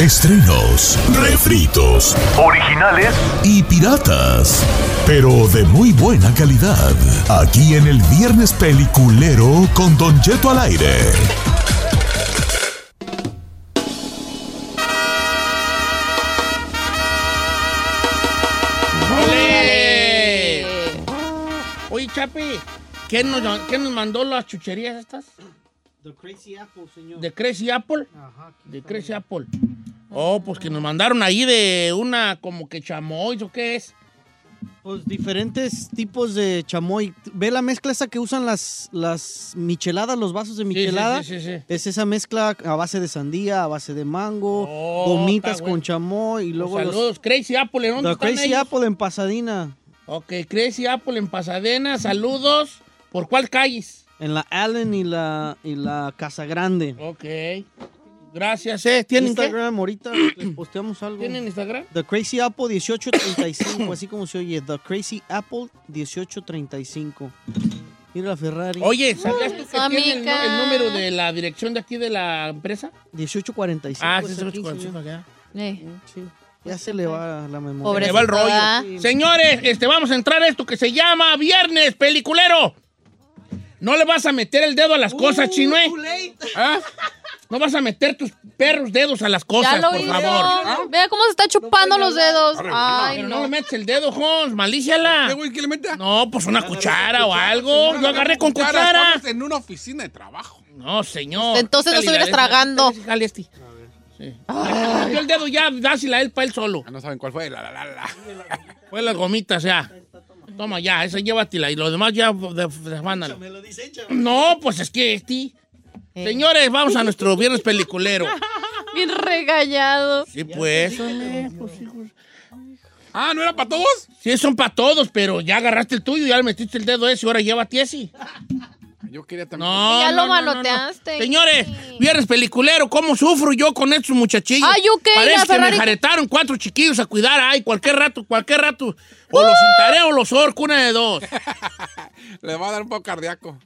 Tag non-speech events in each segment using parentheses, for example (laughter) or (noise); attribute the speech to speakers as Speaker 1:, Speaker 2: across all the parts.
Speaker 1: Estrenos, refritos,
Speaker 2: originales
Speaker 1: y piratas, pero de muy buena calidad. Aquí en el Viernes Peliculero con Don Jeto al aire.
Speaker 3: ¡Ole! Oye, Chapi, ¿qué nos, qué nos mandó las chucherías estas?
Speaker 4: The Crazy Apple, señor.
Speaker 3: ¿De Crazy Apple?
Speaker 4: Ajá, aquí
Speaker 3: De
Speaker 4: está
Speaker 3: Crazy Apple. Oh, pues que nos mandaron ahí de una como que chamoy, ¿o qué es?
Speaker 4: bien. Pues diferentes tipos de chamoy. Ve la mezcla esa que usan las, las micheladas, los vasos de
Speaker 3: Sí,
Speaker 4: michelada.
Speaker 3: Sí, sí, sí. sí.
Speaker 4: Es esa mezcla a base de sandía, a base de mango,
Speaker 3: Oh,
Speaker 4: gomitas
Speaker 3: está bueno.
Speaker 4: con chamoy y luego
Speaker 3: Pues
Speaker 4: los...
Speaker 3: saludos, Crazy Apple, ¿en dónde
Speaker 4: The
Speaker 3: están
Speaker 4: Crazy
Speaker 3: ellos?
Speaker 4: Apple en Pasadena,
Speaker 3: Ok, Crazy Apple en Pasadena, saludos. ¿Por cuál calles?
Speaker 4: en la Allen y la, y la Casa Grande.
Speaker 3: Ok. Gracias, ¿eh? ¿Tienen qué?
Speaker 4: Instagram ahorita les posteamos algo.
Speaker 3: ¿Tienen Instagram?
Speaker 4: The Crazy Apple 1835, así como se oye. The Crazy Apple 1835. Mira la Ferrari.
Speaker 3: Oye, ¿sabías tú que
Speaker 5: Amiga.
Speaker 3: tiene el, nu- el número de la dirección de aquí de la empresa?
Speaker 4: 1845.
Speaker 3: Ah,
Speaker 2: pues,
Speaker 3: sí,
Speaker 4: es
Speaker 3: se lo
Speaker 4: pues aquí,
Speaker 3: consigo
Speaker 4: señor.
Speaker 3: acá.
Speaker 5: Eh,
Speaker 4: Sí. Ya se le va la memoria.
Speaker 5: Pobre-
Speaker 3: Me va el
Speaker 5: ¿verdad?
Speaker 3: rollo. Señores, este, vamos a entrar a esto que se llama Viernes Peliculero. No le vas a meter el dedo a las cosas, chino, ¿eh?
Speaker 4: Too late.
Speaker 3: ¿Ah? No vas a meter tus perros dedos a las
Speaker 5: ya
Speaker 3: cosas,
Speaker 5: lo
Speaker 3: por
Speaker 5: hizo.
Speaker 3: favor.
Speaker 5: Vea cómo se está chupando los dedos. Ay,
Speaker 3: Pero no
Speaker 5: no.
Speaker 3: le metes el dedo, Jones, malíciala.
Speaker 6: ¿Qué güey que le meta?
Speaker 3: No, pues una cuchara o algo.
Speaker 6: Señora,
Speaker 3: Lo agarré con cuchara.
Speaker 6: Estamos en una oficina de trabajo.
Speaker 3: No, señor.
Speaker 5: Entonces no
Speaker 3: Dale,
Speaker 5: estuvieras
Speaker 3: dale,
Speaker 5: tragando.
Speaker 3: dale, dale, este. Sí. Metió el dedo ya, dásela a él para él solo.
Speaker 6: Ah, no saben cuál fue. La, la, la, la.
Speaker 3: Fue las gomitas ya. Toma ya, esa llévatela y los demás ya de- desmándalo.
Speaker 4: Me lo dice, chaval.
Speaker 3: No, pues es que este.
Speaker 5: Eh.
Speaker 3: Señores, vamos a nuestro viernes
Speaker 5: (laughs)
Speaker 3: peliculero.
Speaker 5: Bien regallado.
Speaker 3: Sí, pues. hombre, pues, hijos.
Speaker 6: Ah, ¿no era para todos?
Speaker 3: Sí, son para todos, pero ya agarraste el tuyo, ya le metiste el dedo ese, ahora llévate
Speaker 5: (laughs)
Speaker 3: ese.
Speaker 6: Yo quería también.
Speaker 3: No.
Speaker 5: Ya
Speaker 3: no,
Speaker 5: lo
Speaker 3: no, no, no.
Speaker 5: maloteaste.
Speaker 3: Señores, viernes peliculero, ¿cómo sufro yo con estos muchachillos?
Speaker 5: Ay, ¿yo qué?
Speaker 3: Parece
Speaker 5: La
Speaker 3: que me
Speaker 5: Ferrari-
Speaker 3: jaretaron cuatro chiquillos a cuidar. Ay, cualquier rato, cualquier rato. O los cintaré o los orco, una de dos.
Speaker 6: Le va a dar un poco cardíaco.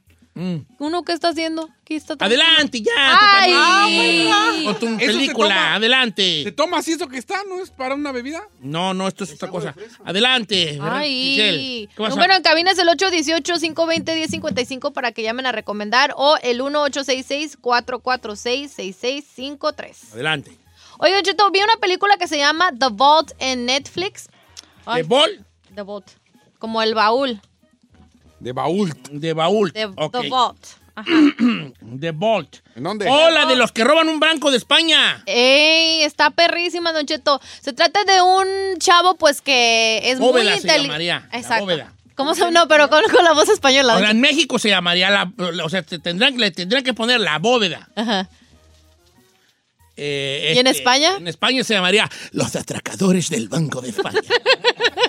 Speaker 5: ¿Uno qué está haciendo? ¿Qué está tra-
Speaker 3: Adelante, ya.
Speaker 5: Ay.
Speaker 3: tú también.
Speaker 5: Ah, bueno.
Speaker 3: Con tu
Speaker 6: Eso se
Speaker 3: película,
Speaker 6: toma. ¿Te
Speaker 3: adelante.
Speaker 6: tomas eso que está? ¿No es para una bebida?
Speaker 3: No, no, esto es otra cosa. Adelante.
Speaker 5: Ay,
Speaker 3: Giselle. ¿Qué vas a-
Speaker 5: número en cabina es el 818-520-1055 para que llamen a recomendar o el 1866-446-6653.
Speaker 3: Adelante.
Speaker 5: Oye, Don Cheto, vi una película que se llama The Vault en Netflix.
Speaker 3: De
Speaker 5: Ay,
Speaker 3: bol,
Speaker 5: The Vault. Como el baúl.
Speaker 6: De baúl.
Speaker 3: de baúl.
Speaker 5: The,
Speaker 3: Ok.
Speaker 5: The Vault. Ajá.
Speaker 3: De Bolt.
Speaker 6: ¿En dónde?
Speaker 3: Hola, de los que roban un banco de España.
Speaker 5: ¡Ey! Está perrísima, Don Cheto. Se trata de un chavo, pues, que es
Speaker 3: Bóveda
Speaker 5: muy
Speaker 3: se
Speaker 5: inteli-
Speaker 3: llamaría, la
Speaker 5: Exacto.
Speaker 3: bóveda.
Speaker 5: ¿Cómo se No, pero con, con la voz española.
Speaker 3: O
Speaker 5: Don
Speaker 3: sea,
Speaker 5: Cheto.
Speaker 3: en México se llamaría la. O sea, te tendrán, le tendrán que poner la bóveda.
Speaker 5: Ajá.
Speaker 3: Eh,
Speaker 5: ¿Y en España?
Speaker 3: En España se llamaría Los Atracadores del Banco de España. (laughs)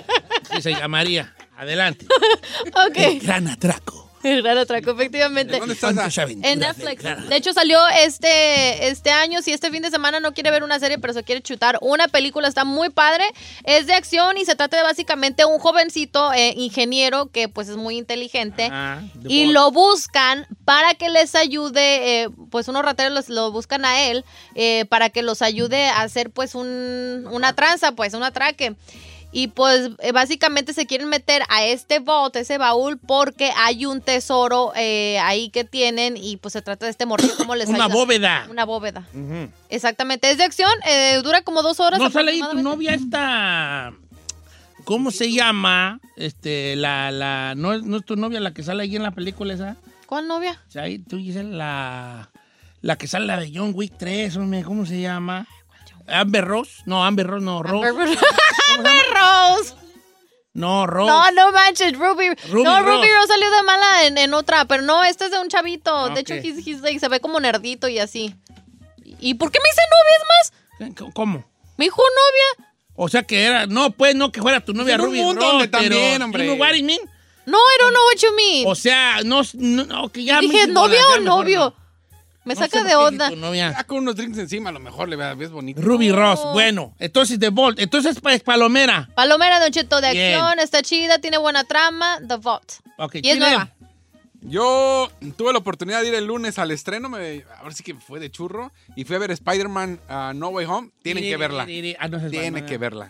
Speaker 3: Sí, se llamaría. Adelante. El
Speaker 5: Ok. (laughs)
Speaker 3: gran atraco.
Speaker 5: El gran atraco, efectivamente.
Speaker 6: ¿Dónde estás?
Speaker 3: Cuántas aventuras
Speaker 5: En
Speaker 3: del
Speaker 5: Netflix.
Speaker 3: gran-
Speaker 5: De hecho, salió este, este año. Si este fin de semana no quiere ver una serie, pero se quiere chutar una película, está muy padre. Es de acción y se trata de básicamente un jovencito eh, ingeniero que pues es muy inteligente.
Speaker 3: Ah, de
Speaker 5: y
Speaker 3: bol.
Speaker 5: lo buscan para que les ayude, eh, pues unos rateros los- lo buscan a él eh, para que los ayude a hacer pues un, una tranza, pues un atraque. Y pues eh, básicamente se quieren meter a este bote, ese baúl, porque hay un tesoro eh, ahí que tienen y pues se trata de este morrillo. ¿Cómo
Speaker 3: (coughs)
Speaker 5: les
Speaker 3: Una
Speaker 5: ayuda?
Speaker 3: bóveda.
Speaker 5: Una bóveda. Exactamente. Es de acción, eh, dura como dos horas.
Speaker 3: No sale ahí tu
Speaker 5: aproximadamente.
Speaker 3: novia esta. ¿Cómo se llama? Este, la, la. No, es- no es tu novia la que sale ahí en la película esa.
Speaker 5: ¿Cuál novia?
Speaker 3: O sea, ahí tú dices la. La que sale la de John Wick 3, hombre, ¿cómo se llama? Amber Rose. No, Amber Rose, no, Rose.
Speaker 5: (laughs) Rose.
Speaker 3: No, Rose.
Speaker 5: No, no manches, Ruby.
Speaker 3: Ruby
Speaker 5: no,
Speaker 3: Rose.
Speaker 5: Ruby Rose salió de mala en, en otra, pero no, este es de un chavito. De hecho,
Speaker 3: ok.
Speaker 5: he's- he's like, se ve como nerdito y así. ¿Y por qué me dice novia? Es más,
Speaker 3: ¿Cómo?
Speaker 5: me dijo novia.
Speaker 3: O sea que era. No, pues no que fuera tu novia
Speaker 6: en un
Speaker 3: Ruby
Speaker 6: mundo
Speaker 3: Rose,
Speaker 6: donde
Speaker 3: pero-
Speaker 6: también, hombre.
Speaker 3: You know what I mean?
Speaker 5: No, I don't know what you mean.
Speaker 3: O sea, no. no, no, que ya me
Speaker 5: Dije,
Speaker 3: hice
Speaker 5: ¿novia
Speaker 3: bolas,
Speaker 5: o
Speaker 3: ya mejor
Speaker 5: novio?
Speaker 3: no.
Speaker 5: Me
Speaker 3: No
Speaker 5: saca
Speaker 3: sé
Speaker 5: de
Speaker 3: por qué dije
Speaker 5: onda.
Speaker 3: tu novia.
Speaker 6: Ya con unos drinks encima, a lo mejor le ves bonito.
Speaker 3: Ruby
Speaker 5: No.
Speaker 3: Ross, bueno, entonces The Vault, entonces pa- es Palomera.
Speaker 5: Palomera, Don Cheto, de
Speaker 3: Bien.
Speaker 5: acción, está chida, tiene buena trama, The Vault.
Speaker 3: Ok,
Speaker 5: Y es
Speaker 3: Chile.
Speaker 5: nueva.
Speaker 6: Yo tuve la oportunidad de ir el lunes al estreno, me, a ver si que fue de churro, y fui a ver Spider-Man ah, No Way Home. Tienen
Speaker 3: Iri,
Speaker 6: que verla.
Speaker 3: iri, iri. Ah, no, esa es
Speaker 6: Tiene
Speaker 3: Batman. (laughs)
Speaker 6: que verla.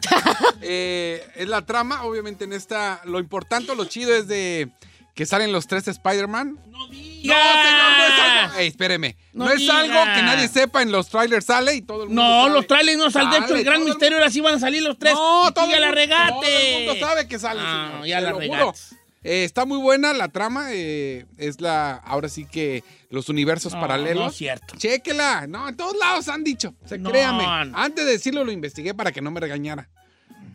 Speaker 6: Eh, es la trama, obviamente, en esta. Lo importante, o lo chido es de que salen los tres Spider-Man.
Speaker 3: No
Speaker 6: No,
Speaker 3: digas.
Speaker 6: señor, no es algo. Ey, espéreme.
Speaker 3: No
Speaker 6: No, es
Speaker 3: diga.
Speaker 6: algo que nadie sepa. En los trailers sale y todo el mundo.
Speaker 3: No,
Speaker 6: sabe.
Speaker 3: los trailers no salen. De hecho,
Speaker 6: Sale,
Speaker 3: el gran
Speaker 6: todo
Speaker 3: misterio era si van a salir los tres.
Speaker 6: No,
Speaker 3: y tú
Speaker 6: todo
Speaker 3: ya
Speaker 6: el
Speaker 3: la
Speaker 6: mundo-
Speaker 3: regate.
Speaker 6: Todo el mundo sabe que sale.
Speaker 3: Ah,
Speaker 6: señor,
Speaker 3: ya
Speaker 6: se
Speaker 3: la
Speaker 6: lo juro.
Speaker 3: regates.
Speaker 6: Eh, está muy buena la trama. eh, es la. Ahora sí que los universos
Speaker 3: No,
Speaker 6: paralelos.
Speaker 3: no es cierto.
Speaker 6: Chéquela. No, en todos lados han dicho. O sea,
Speaker 3: No.
Speaker 6: créame. Antes de decirlo, lo investigué para que no me regañara.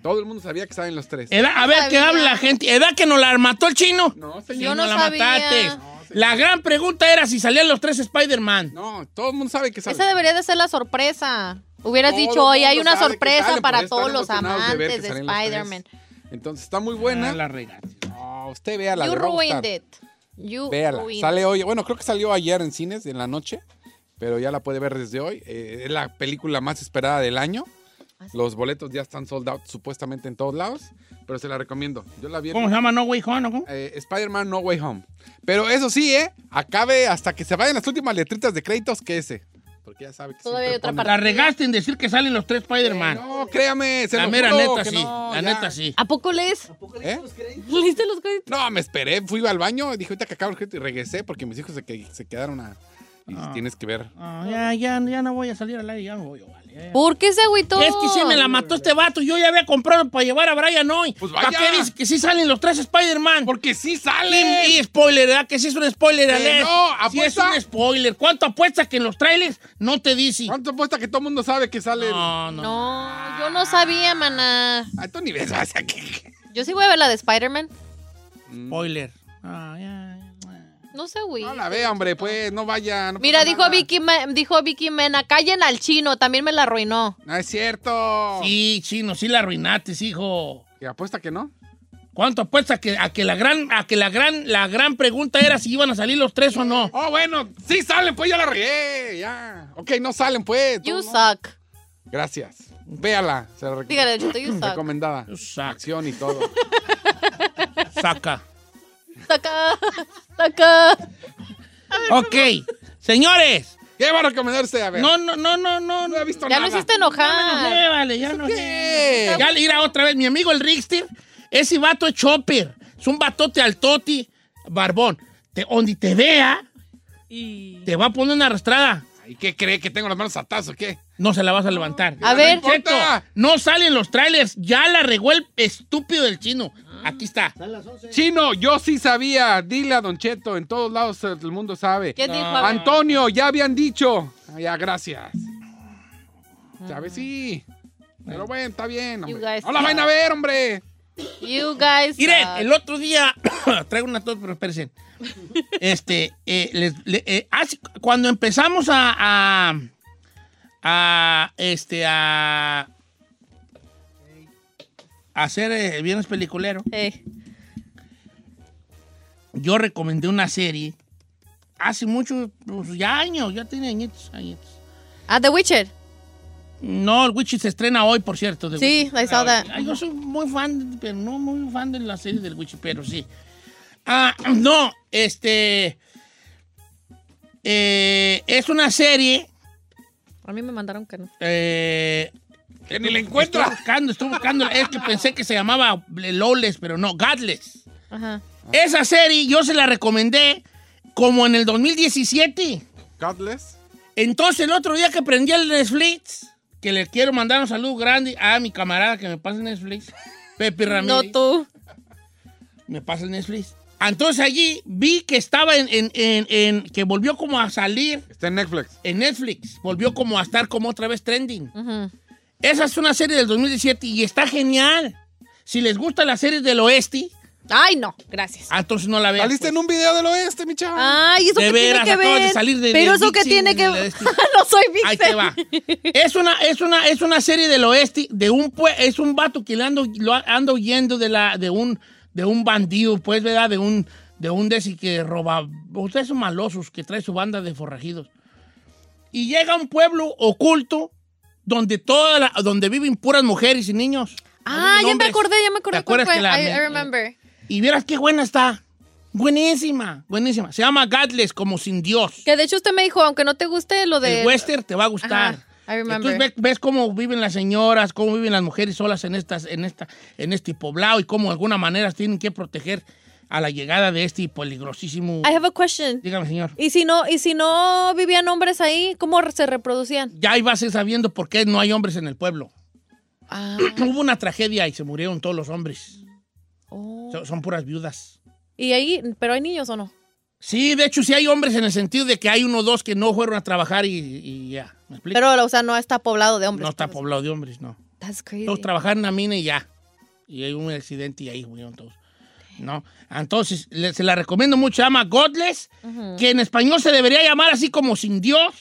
Speaker 6: Todo el mundo sabía que salen los tres.
Speaker 3: Edad- a ver qué
Speaker 5: sabía.
Speaker 3: habla la gente. Edad que nos la mató el chino.
Speaker 6: No,
Speaker 3: Sí,
Speaker 6: señor.
Speaker 5: Yo no
Speaker 3: la
Speaker 5: sabía.
Speaker 3: mataste.
Speaker 6: No, señor.
Speaker 3: La gran pregunta era si salían los tres Spider-Man.
Speaker 6: No, todo el mundo sabe que salen.
Speaker 5: Esa debería de ser la sorpresa. Hubieras
Speaker 6: Todo
Speaker 5: dicho, hoy
Speaker 6: mundo
Speaker 5: hay una
Speaker 6: sabe que
Speaker 5: sorpresa
Speaker 6: sale, por
Speaker 5: para
Speaker 6: eso están
Speaker 5: todos los
Speaker 6: emocionados de ver que
Speaker 5: amantes de,
Speaker 6: salen los tres.
Speaker 5: Spider-Man.
Speaker 6: Entonces está muy
Speaker 3: Ah,
Speaker 6: buena.
Speaker 3: la regate.
Speaker 6: No, usted vea la
Speaker 5: You ruined it. You
Speaker 6: Véala.
Speaker 5: ruined it.
Speaker 6: Sale hoy. Bueno, creo que salió ayer en cines, en la noche. Pero ya la puede ver desde hoy. Eh, es la película más esperada del año.
Speaker 5: ¿Ah,
Speaker 6: Los boletos ya están sold out supuestamente en todos lados. Pero se la recomiendo. Yo la vi en-
Speaker 3: ¿Cómo se llama? No Way Home, ¿no? ¿Cómo?
Speaker 6: eh, Spider-Man No Way Home. Pero eso sí, ¿eh? Acabe hasta que se vayan las últimas letritas de créditos que ese. Porque ya sabe que
Speaker 5: Todavía
Speaker 6: siempre
Speaker 5: hay otra
Speaker 6: ponen-
Speaker 3: La regaste en decir que salen los tres Spider-Man.
Speaker 6: No, créame. Se
Speaker 3: la
Speaker 6: lo
Speaker 3: mera
Speaker 6: juro
Speaker 3: neta
Speaker 6: que
Speaker 3: sí.
Speaker 6: no,
Speaker 3: la
Speaker 6: ya.
Speaker 3: neta sí.
Speaker 5: ¿A poco lees?
Speaker 6: ¿Eh?
Speaker 5: ¿Leíste los créditos?
Speaker 6: No, me esperé, fui al baño, dije ahorita que acabo el crédito y regresé porque mis hijos se, que- se quedaron a... Y tienes que ver.
Speaker 3: Ah, ya, ya, ya no voy a salir al aire, ya no voy, vale. ya, ya.
Speaker 5: ¿Por qué se agüitó?
Speaker 3: Es que sí me la mató este vato. Yo ya había comprado para llevar a Brian hoy.
Speaker 6: Pues
Speaker 3: ¿Para
Speaker 6: vaya.
Speaker 3: qué dice que sí salen los tres Spider-Man?
Speaker 6: Porque sí
Speaker 3: Y, y spoiler, ¿verdad? Que sí es un spoiler,
Speaker 6: Eh,
Speaker 3: Alex.
Speaker 6: no,
Speaker 3: Sí es
Speaker 6: apuesta.
Speaker 3: un spoiler. ¿Cuánto apuesta que en los trailers no te dice?
Speaker 6: ¿Cuánto apuesta que todo el mundo sabe que sale? el-
Speaker 3: No, no.
Speaker 5: No, yo no sabía, maná.
Speaker 6: A tu nivel, (laughs) o sea, que-
Speaker 5: Yo sí voy a ver la de Spider-Man.
Speaker 3: Spoiler. Ah, ya, ya.
Speaker 5: No sé, güey.
Speaker 6: No la vea, hombre, pues, no vaya. no
Speaker 5: Mira,
Speaker 6: pasa
Speaker 5: dijo
Speaker 6: nada.
Speaker 5: Vicky, Ma- dijo Vicky Mena, callen al chino, también me la arruinó.
Speaker 6: No es cierto.
Speaker 3: Sí, chino, sí la arruinaste, hijo.
Speaker 6: ¿Y apuesta que no?
Speaker 3: ¿Cuánto apuesta que, a que la gran, a que la gran, la gran pregunta era si iban a salir los tres o no?
Speaker 6: Oh, bueno, sí salen, pues, ya la regué, ya. Ok, no salen, pues.
Speaker 5: You
Speaker 6: tú, no.
Speaker 5: suck.
Speaker 6: Gracias. Véala. Se la recom-
Speaker 5: Dígale, Chito, you suck.
Speaker 6: Recomendada.
Speaker 3: Saca,
Speaker 6: Acción y todo. (laughs)
Speaker 3: saca.
Speaker 5: Saca, (laughs) saca.
Speaker 3: Ok, señores.
Speaker 6: ¿Qué va a recomendarse? A ver.
Speaker 3: No, no, no, no, no.
Speaker 6: no he visto
Speaker 5: Ya
Speaker 6: nada.
Speaker 5: lo hiciste
Speaker 3: Ya me
Speaker 5: enojar.
Speaker 3: enojé, vale, ya no
Speaker 6: qué?
Speaker 3: Ya le irá otra vez. Mi amigo el Rickster, ese vato es chopper. Es un batote al toti, barbón. Te, donde te vea, te va a poner una arrastrada.
Speaker 6: ¿Y qué cree? ¿Que tengo las manos atadas o qué?
Speaker 3: No se la vas a levantar.
Speaker 5: A ver.
Speaker 3: Don Cheto,
Speaker 6: importa.
Speaker 3: no salen los trailers. Ya la regó el estúpido del chino. Aquí está.
Speaker 6: Chino, yo sí sabía. Dile a Don Cheto, en todos lados el mundo sabe.
Speaker 5: ¿Qué dijo? A ver.
Speaker 6: Antonio, ya habían dicho. Ah, ya, gracias. ¿Sabes? Sí. Pero bueno, está bien.
Speaker 5: You
Speaker 6: Hombre.
Speaker 5: guys
Speaker 6: No la
Speaker 5: suck.
Speaker 6: vayan a ver, hombre.
Speaker 5: You guys.
Speaker 3: Miren,
Speaker 5: suck.
Speaker 3: el otro día, (coughs) traigo una tos, pero espérense. Este, eh, les- le- eh, hace- cuando empezamos a, a, a, este, a, a hacer eh, Viernes Peliculero,
Speaker 5: Eh,
Speaker 3: yo recomendé una serie hace muchos, pues, ya años, ya tiene añitos, añitos.
Speaker 5: Ah, The Witcher.
Speaker 3: No, el Witcher se estrena hoy, por cierto. The
Speaker 5: Sí,
Speaker 3: Witcher.
Speaker 5: I saw that.
Speaker 3: Ay, yo soy muy fan, pero no muy fan de la serie del Witcher, pero sí. Ah, no, este. eh, es una serie
Speaker 5: A mí me mandaron que no.
Speaker 3: eh, Que
Speaker 6: ni la encuentra.
Speaker 3: Estoy buscando, estoy buscando. Es que pensé que se llamaba Loles, pero no, Godless.
Speaker 5: Ajá.
Speaker 3: Esa serie yo se la recomendé como en el 2017.
Speaker 6: Godless.
Speaker 3: Entonces, el otro día que prendí el Netflix, que le quiero mandar un saludo grande a mi camarada que me pasa el Netflix, Pepe
Speaker 5: (laughs) No
Speaker 3: Ramírez.
Speaker 5: tú.
Speaker 3: me pasa el Netflix. Entonces allí vi que estaba en, en- en- en- que volvió como a salir
Speaker 6: Está en Netflix.
Speaker 3: en Netflix, volvió como a estar como otra vez trending.
Speaker 5: Ujú.
Speaker 3: Esa es una serie del 2017 y está genial. Si les gusta las series del oeste,
Speaker 5: Ay, no, gracias.
Speaker 3: ah, entonces no la vean.
Speaker 6: Saliste en un video del oeste, mi chavo.
Speaker 5: Ay, eso
Speaker 3: Ah, De
Speaker 5: que
Speaker 3: veras,
Speaker 5: tiene que
Speaker 3: acabas
Speaker 5: ver.
Speaker 3: de salir de-
Speaker 5: Pero
Speaker 3: de
Speaker 5: eso que
Speaker 3: Vixen,
Speaker 5: tiene que
Speaker 3: de
Speaker 5: ver.
Speaker 3: este.
Speaker 5: (laughs) no soy Vixen.
Speaker 3: Ahí te va. Es una, es una, es una serie del oeste, de un pue- es un vato que le ando, lo ando huyendo de la, de un, de un bandido, pues, ¿verdad? De un, de un desi que roba. Ustedes son malosos que trae su banda de forrajidos. Y llega a un pueblo oculto donde toda la- donde viven puras mujeres y niños. No
Speaker 5: Ah,
Speaker 3: viven
Speaker 5: ya me
Speaker 3: hombres.
Speaker 5: acordé, ya me acordé
Speaker 3: ¿Te
Speaker 5: cuál
Speaker 3: acuerdas
Speaker 5: fue.
Speaker 3: que la-
Speaker 5: I, I remember.
Speaker 3: Y vieras qué buena está. Buenísima, buenísima. Se llama Godless, como sin Dios.
Speaker 5: Que de hecho usted me dijo, aunque no te guste lo de.
Speaker 3: El western te va a gustar.
Speaker 5: Ajá, I remember.
Speaker 3: Entonces ve- ves, cómo viven las señoras, cómo viven las mujeres solas en estas, en esta, en este poblado y cómo de alguna manera tienen que proteger a la llegada de este peligrosísimo.
Speaker 5: I have a question.
Speaker 3: Dígame, señor.
Speaker 5: Y si no, y si no vivían hombres ahí, ¿cómo se reproducían?
Speaker 3: Ya ibas sabiendo por qué no hay hombres en el pueblo.
Speaker 5: (coughs) Ah,
Speaker 3: Hubo una tragedia y se murieron todos los hombres.
Speaker 5: oh.
Speaker 3: So- Son puras viudas.
Speaker 5: Y ahí, pero hay niños o no?
Speaker 3: Sí, de hecho, sí hay hombres en el sentido de que hay uno o dos que no fueron a trabajar y, y ya. ¿Me explico?
Speaker 5: Pero, o sea, no está poblado de hombres.
Speaker 3: no está
Speaker 5: pues.
Speaker 3: poblado de hombres, no.
Speaker 5: That's crazy.
Speaker 3: Todos trabajaron en la mina y ya. Y hay un accidente y ahí murieron todos. ¿No? Entonces, le- se la recomiendo mucho. Se llama Godless, que en español se debería llamar así como sin Dios,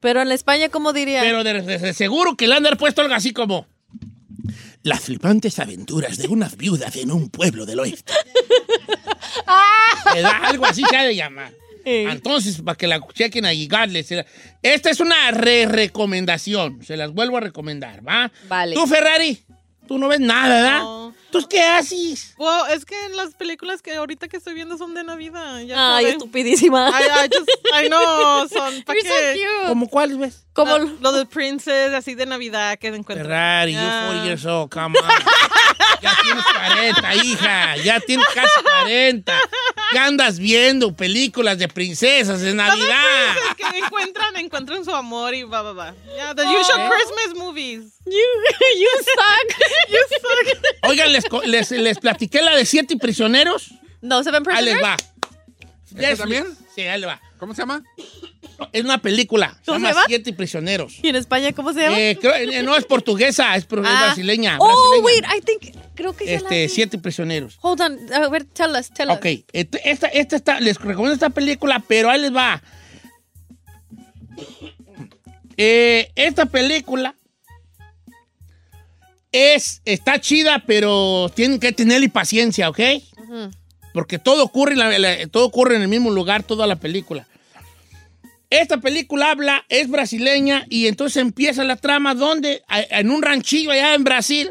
Speaker 5: Pero en España, ¿cómo diría?
Speaker 3: pero de, de- de seguro que le han de haber puesto algo así como. Las flipantes aventuras de unas viudas en un pueblo del oeste. ¿Verdad? Algo así se ha de llamar.
Speaker 5: Eh.
Speaker 3: Entonces, para que la chequen allí, Godless. Esta es una re recomendación. Se las vuelvo a recomendar, ¿va?
Speaker 5: Vale.
Speaker 3: Tú, Ferrari, tú no ves nada, ¿verdad?
Speaker 2: No.
Speaker 3: ¿Tú qué haces?
Speaker 2: Wow, es que las películas que ahorita que estoy viendo son de Navidad. Ya
Speaker 5: Ay,
Speaker 2: saben.
Speaker 5: estupidísima.
Speaker 2: I, I just, I know, son pa'
Speaker 5: Ah, (laughs) You're so
Speaker 2: qué.
Speaker 7: Ah.
Speaker 5: cute.
Speaker 3: ¿Cómo cuál ves?
Speaker 5: Como
Speaker 2: Lo, lo de Princess, así de Navidad que encuentro.
Speaker 3: Ferrari,
Speaker 2: Ah.
Speaker 3: you four years old, come on. Ya tienes 40, hija. Ya tienes casi 40. Ya andas viendo películas de princesas de
Speaker 2: Lo de
Speaker 3: Navidad.
Speaker 2: princess que encuentran, encuentran su amor y va, va, va. Yeah, the usual Christmas movies.
Speaker 5: you, (laughs) you suck.
Speaker 3: (laughs)
Speaker 5: you suck.
Speaker 3: Oigan, les, co- les, les platiqué la de Siete Prisioneros.
Speaker 5: No, Seven
Speaker 3: Ahí les
Speaker 5: Prisoners.
Speaker 3: va.
Speaker 6: ¿Ese también?
Speaker 3: Sí, ahí les va.
Speaker 6: ¿Cómo se llama?
Speaker 3: Es una película. Se
Speaker 5: ¿Cómo se
Speaker 3: llama
Speaker 5: llama?
Speaker 3: Siete Prisioneros.
Speaker 5: ¿Y en España cómo se llama?
Speaker 3: Eh, creo- eh, no, es portuguesa, es, pro- es
Speaker 5: Ah.
Speaker 3: brasileña.
Speaker 5: Oh,
Speaker 3: brasileña.
Speaker 5: wait, I think, creo que ya la
Speaker 3: Este,
Speaker 5: vi.
Speaker 3: Siete Prisioneros.
Speaker 5: Hold on, a ver, tell us, tell
Speaker 3: Ok,
Speaker 5: us.
Speaker 3: esta, esta, esta está- les recomiendo esta película, pero ahí les va. Eh, esta película es, está chida, pero tienen que tenerle paciencia, ¿ok? Porque todo ocurre, en la- la- todo ocurre en el mismo lugar, toda la película. Esta película habla, es brasileña, y entonces empieza la trama donde, a- en un ranchillo allá en Brasil,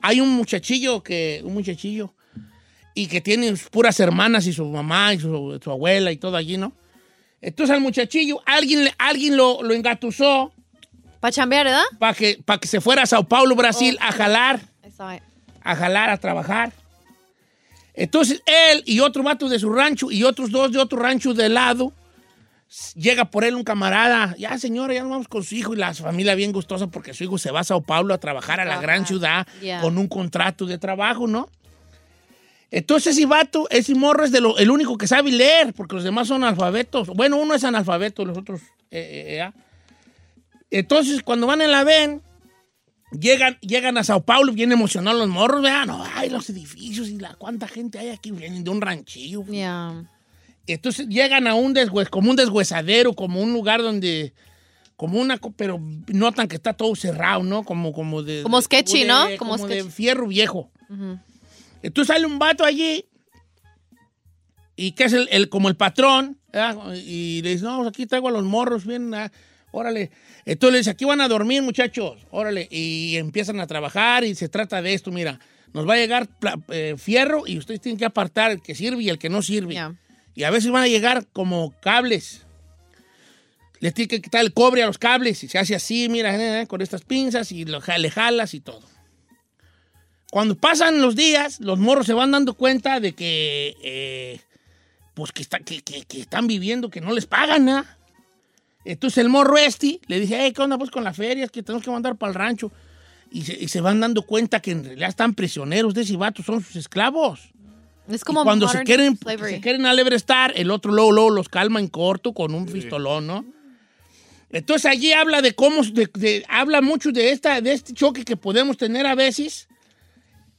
Speaker 3: hay un muchachillo que, un muchachillo y que tiene puras hermanas y su mamá y su, su abuela y todo allí, ¿no? Entonces al muchachillo, alguien, le- alguien lo, lo engatusó
Speaker 5: Para chambear, ¿verdad?
Speaker 3: para que, pa' que se fuera a Sao Paulo, Brasil, a jalar,
Speaker 5: I saw it.
Speaker 3: a jalar, a trabajar. Entonces él y otro vato de su rancho y otros dos de otro rancho de lado, s- llega por él un camarada, ya señora, ya nos vamos con su hijo y la familia bien gustosa porque su hijo se va a Sao Paulo a trabajar a la gran ciudad
Speaker 5: ya.
Speaker 3: con un contrato de trabajo, ¿no? Entonces ese vato, ese morro es de lo- el único que sabe leer, porque los demás son analfabetos. Bueno, uno es analfabeto, los otros... eh, eh, eh, ah. Entonces cuando van en la VEN, llegan, llegan a Sao Paulo, bien emocionados los morros, vean, no, ay, los edificios y la cuánta gente hay aquí, vienen de un ranchillo.
Speaker 5: Yeah.
Speaker 3: Entonces llegan a un deshues, como un deshuesadero, como un lugar donde, como una, co- pero notan que está todo cerrado, ¿no? Como, como de...
Speaker 5: Como
Speaker 3: de-
Speaker 5: sketchy,
Speaker 3: de-
Speaker 5: ¿no?
Speaker 3: Como,
Speaker 5: Como
Speaker 3: de
Speaker 5: sketchy.
Speaker 3: fierro viejo. Entonces sale un vato allí y que es el, el- como el patrón, ¿verdad? y le dice, no, pues aquí traigo a los morros, bien, ah, órale. Entonces le dice, aquí van a dormir, muchachos, órale, y empiezan a trabajar y se trata de esto, mira, nos va a llegar pla- eh, fierro y ustedes tienen que apartar el que sirve y el que no sirve.
Speaker 5: Ya.
Speaker 3: Y a veces van a llegar como cables. Le tiene que quitar el cobre a los cables y se hace así, mira, eh, con estas pinzas y lo ja- le jalas y todo. Cuando pasan los días, los morros se van dando cuenta de que, eh, pues que, está- que- que- que están viviendo, que no les pagan nada. Entonces el morro este le dice, hey, ¿qué onda pues con la feria? Es que tenemos que mandar para el rancho. Y se, y se van dando cuenta que en realidad están prisioneros de ese vato, son sus esclavos.
Speaker 5: Es
Speaker 3: Y
Speaker 5: como
Speaker 3: cuando se
Speaker 5: modern
Speaker 3: quieren,
Speaker 5: slavery.
Speaker 3: se quieren alebrestar, el otro luego, luego los calma en corto con un pistolón, ¿no? Entonces allí habla de cómo, de- de- habla mucho de, esta, de este choque que podemos tener a veces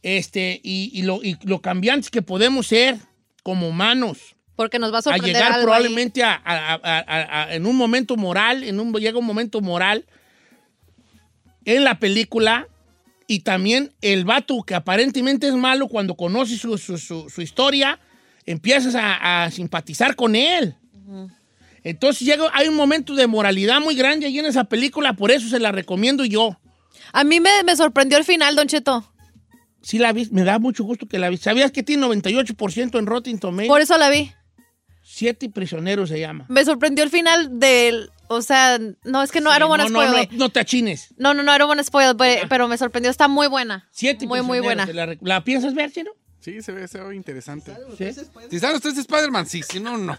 Speaker 3: este, y, y lo, y lo cambiantes que podemos ser como humanos
Speaker 5: Porque nos va a
Speaker 3: a
Speaker 5: sorprender
Speaker 3: llegar
Speaker 5: algo
Speaker 3: probablemente a, a- a- a- a- en un momento moral, en un, llega un momento moral en la película y también el vato que aparentemente es malo cuando conoce su, su- su- su historia, empiezas a, a simpatizar con él. Entonces llega, hay un momento de moralidad muy grande ahí en esa película, por eso se la recomiendo yo.
Speaker 5: ahí. A mí me, me sorprendió el final, Don Cheto.
Speaker 3: Sí la vi, me da mucho gusto que la vi. ¿Sabías que tiene 98% en Rotten Tomatoes?
Speaker 5: Por eso la vi.
Speaker 3: Siete prisioneros se llama.
Speaker 5: Me sorprendió el final del. O sea, no, es que no, I don't
Speaker 3: no,
Speaker 5: wanna
Speaker 3: no,
Speaker 5: spoil
Speaker 3: no,
Speaker 5: it.
Speaker 3: no te achines.
Speaker 5: No, no, no, I don't wanna spoil it, but- pero me sorprendió. Está muy buena.
Speaker 3: Siete
Speaker 5: Muy, muy
Speaker 3: prisioneros,
Speaker 5: buena.
Speaker 3: ¿te La, rec- ¿La piensas ver, Chino?
Speaker 6: Sí, se ve, se ve interesante.
Speaker 3: Sí.
Speaker 6: Si sale usted es Spider-Man, sí, si no, no.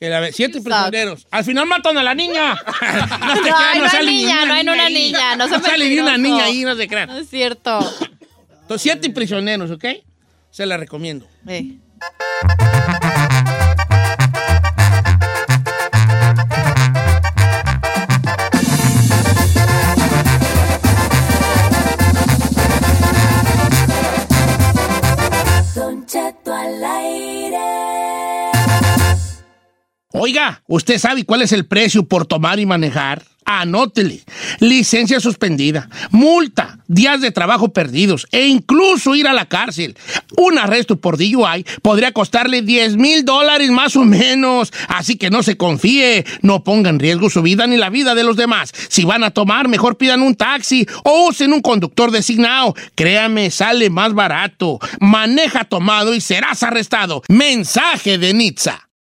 Speaker 3: Que la ve- siete
Speaker 5: You
Speaker 3: prisioneros. Al final matan a la
Speaker 5: (laughs)
Speaker 3: niña. no, te
Speaker 5: No,
Speaker 3: creas,
Speaker 5: ay, no hay
Speaker 3: sale ni
Speaker 5: niña, no hay una
Speaker 3: ahí.
Speaker 5: niña, no sean
Speaker 3: sale ni una
Speaker 5: mentiroso.
Speaker 3: niña ahí, no se crean.
Speaker 5: No es cierto.
Speaker 3: Entonces, siete prisioneros, ¿ok? Se la recomiendo.
Speaker 5: Eh.
Speaker 3: Oiga, ¿usted sabe cuál es el precio por tomar y manejar? Anótele. Licencia suspendida, multa, días de trabajo perdidos e incluso ir a la cárcel. Un arresto por DUI podría costarle 10 mil dólares más o menos. Así que no se confíe. No ponga en riesgo su vida ni la vida de los demás. Si van a tomar, mejor pidan un taxi o usen un conductor designado. Créame, sale más barato. Maneja tomado y serás arrestado. Mensaje de Nitza.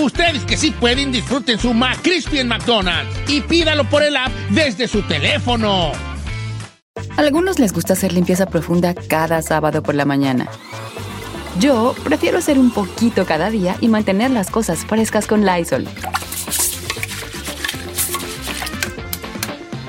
Speaker 3: Ustedes que sí pueden, disfruten su McCrispy en McDonald's y pídalo por el app desde su teléfono.
Speaker 8: Algunos les gusta hacer limpieza profunda cada sábado por la mañana. Yo prefiero hacer un poquito cada día y mantener las cosas frescas con Lysol.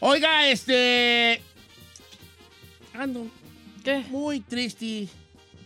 Speaker 3: Oiga, este... Ando
Speaker 5: ¿Qué?
Speaker 3: muy triste.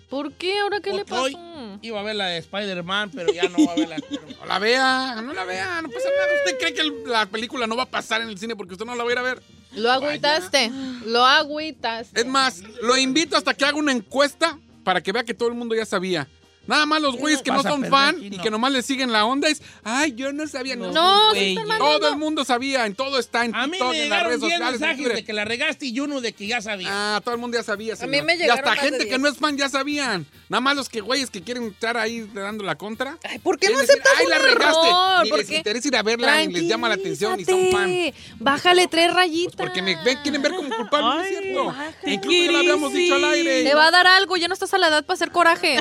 Speaker 5: ¿Por qué? ¿Ahora qué le
Speaker 3: Porque hoy
Speaker 5: pasó?
Speaker 3: iba a ver la de Spider-Man, pero ya no va a
Speaker 5: (laughs)
Speaker 3: ver la de Spider-Man.
Speaker 6: No la vea, no la vea, no pasa nada. ¿Usted cree que el- la película no va a pasar en el cine porque usted no la va a ir a ver?
Speaker 5: Lo agüitaste. Lo agüitaste.
Speaker 6: Es más, lo invito hasta que haga una encuesta para que vea que todo el mundo ya sabía. Nada más los güeyes que no
Speaker 3: Vas a
Speaker 6: son
Speaker 3: perder,
Speaker 6: fan
Speaker 3: Gino.
Speaker 6: y que nomás le siguen la onda es, ay, yo no sabía. No,
Speaker 5: No,
Speaker 3: Güey,
Speaker 5: sí están
Speaker 6: todo
Speaker 5: mandando.
Speaker 6: el mundo sabía, en todo está, en
Speaker 3: A mí
Speaker 6: TikTok,
Speaker 3: me
Speaker 6: en las
Speaker 3: llegaron
Speaker 6: redes
Speaker 3: 10
Speaker 6: sociales. en
Speaker 3: mensajes
Speaker 6: Twitter.
Speaker 3: de que la regaste y uno de que ya sabía.
Speaker 6: Ah, todo el mundo ya sabía. señor.
Speaker 9: mí me
Speaker 6: y
Speaker 9: llegaron
Speaker 6: hasta
Speaker 9: más de
Speaker 6: gente que
Speaker 9: 10.
Speaker 6: no es fan ya sabían. Nada más los que güeyes que quieren estar ahí dando la contra.
Speaker 9: Ay, ¿por qué no
Speaker 6: Es decir,
Speaker 9: aceptas
Speaker 6: Ay,
Speaker 9: un
Speaker 6: la regaste.
Speaker 5: error?
Speaker 6: Ni
Speaker 5: ¿Por
Speaker 6: les
Speaker 5: qué?
Speaker 6: interesa ir a verla, ni les llama la atención, ni son fan. Pues
Speaker 5: Tranquilízate. Bájale tres rayitas.
Speaker 6: Porque me ven, quieren ver como culpable, ¿no es
Speaker 2: Ay,
Speaker 6: cierto?
Speaker 9: bájale.
Speaker 6: Incluso ya lo habíamos dicho al aire.
Speaker 5: Te va a dar algo, ya no estás a la edad para hacer
Speaker 6: (laughs)
Speaker 5: coraje.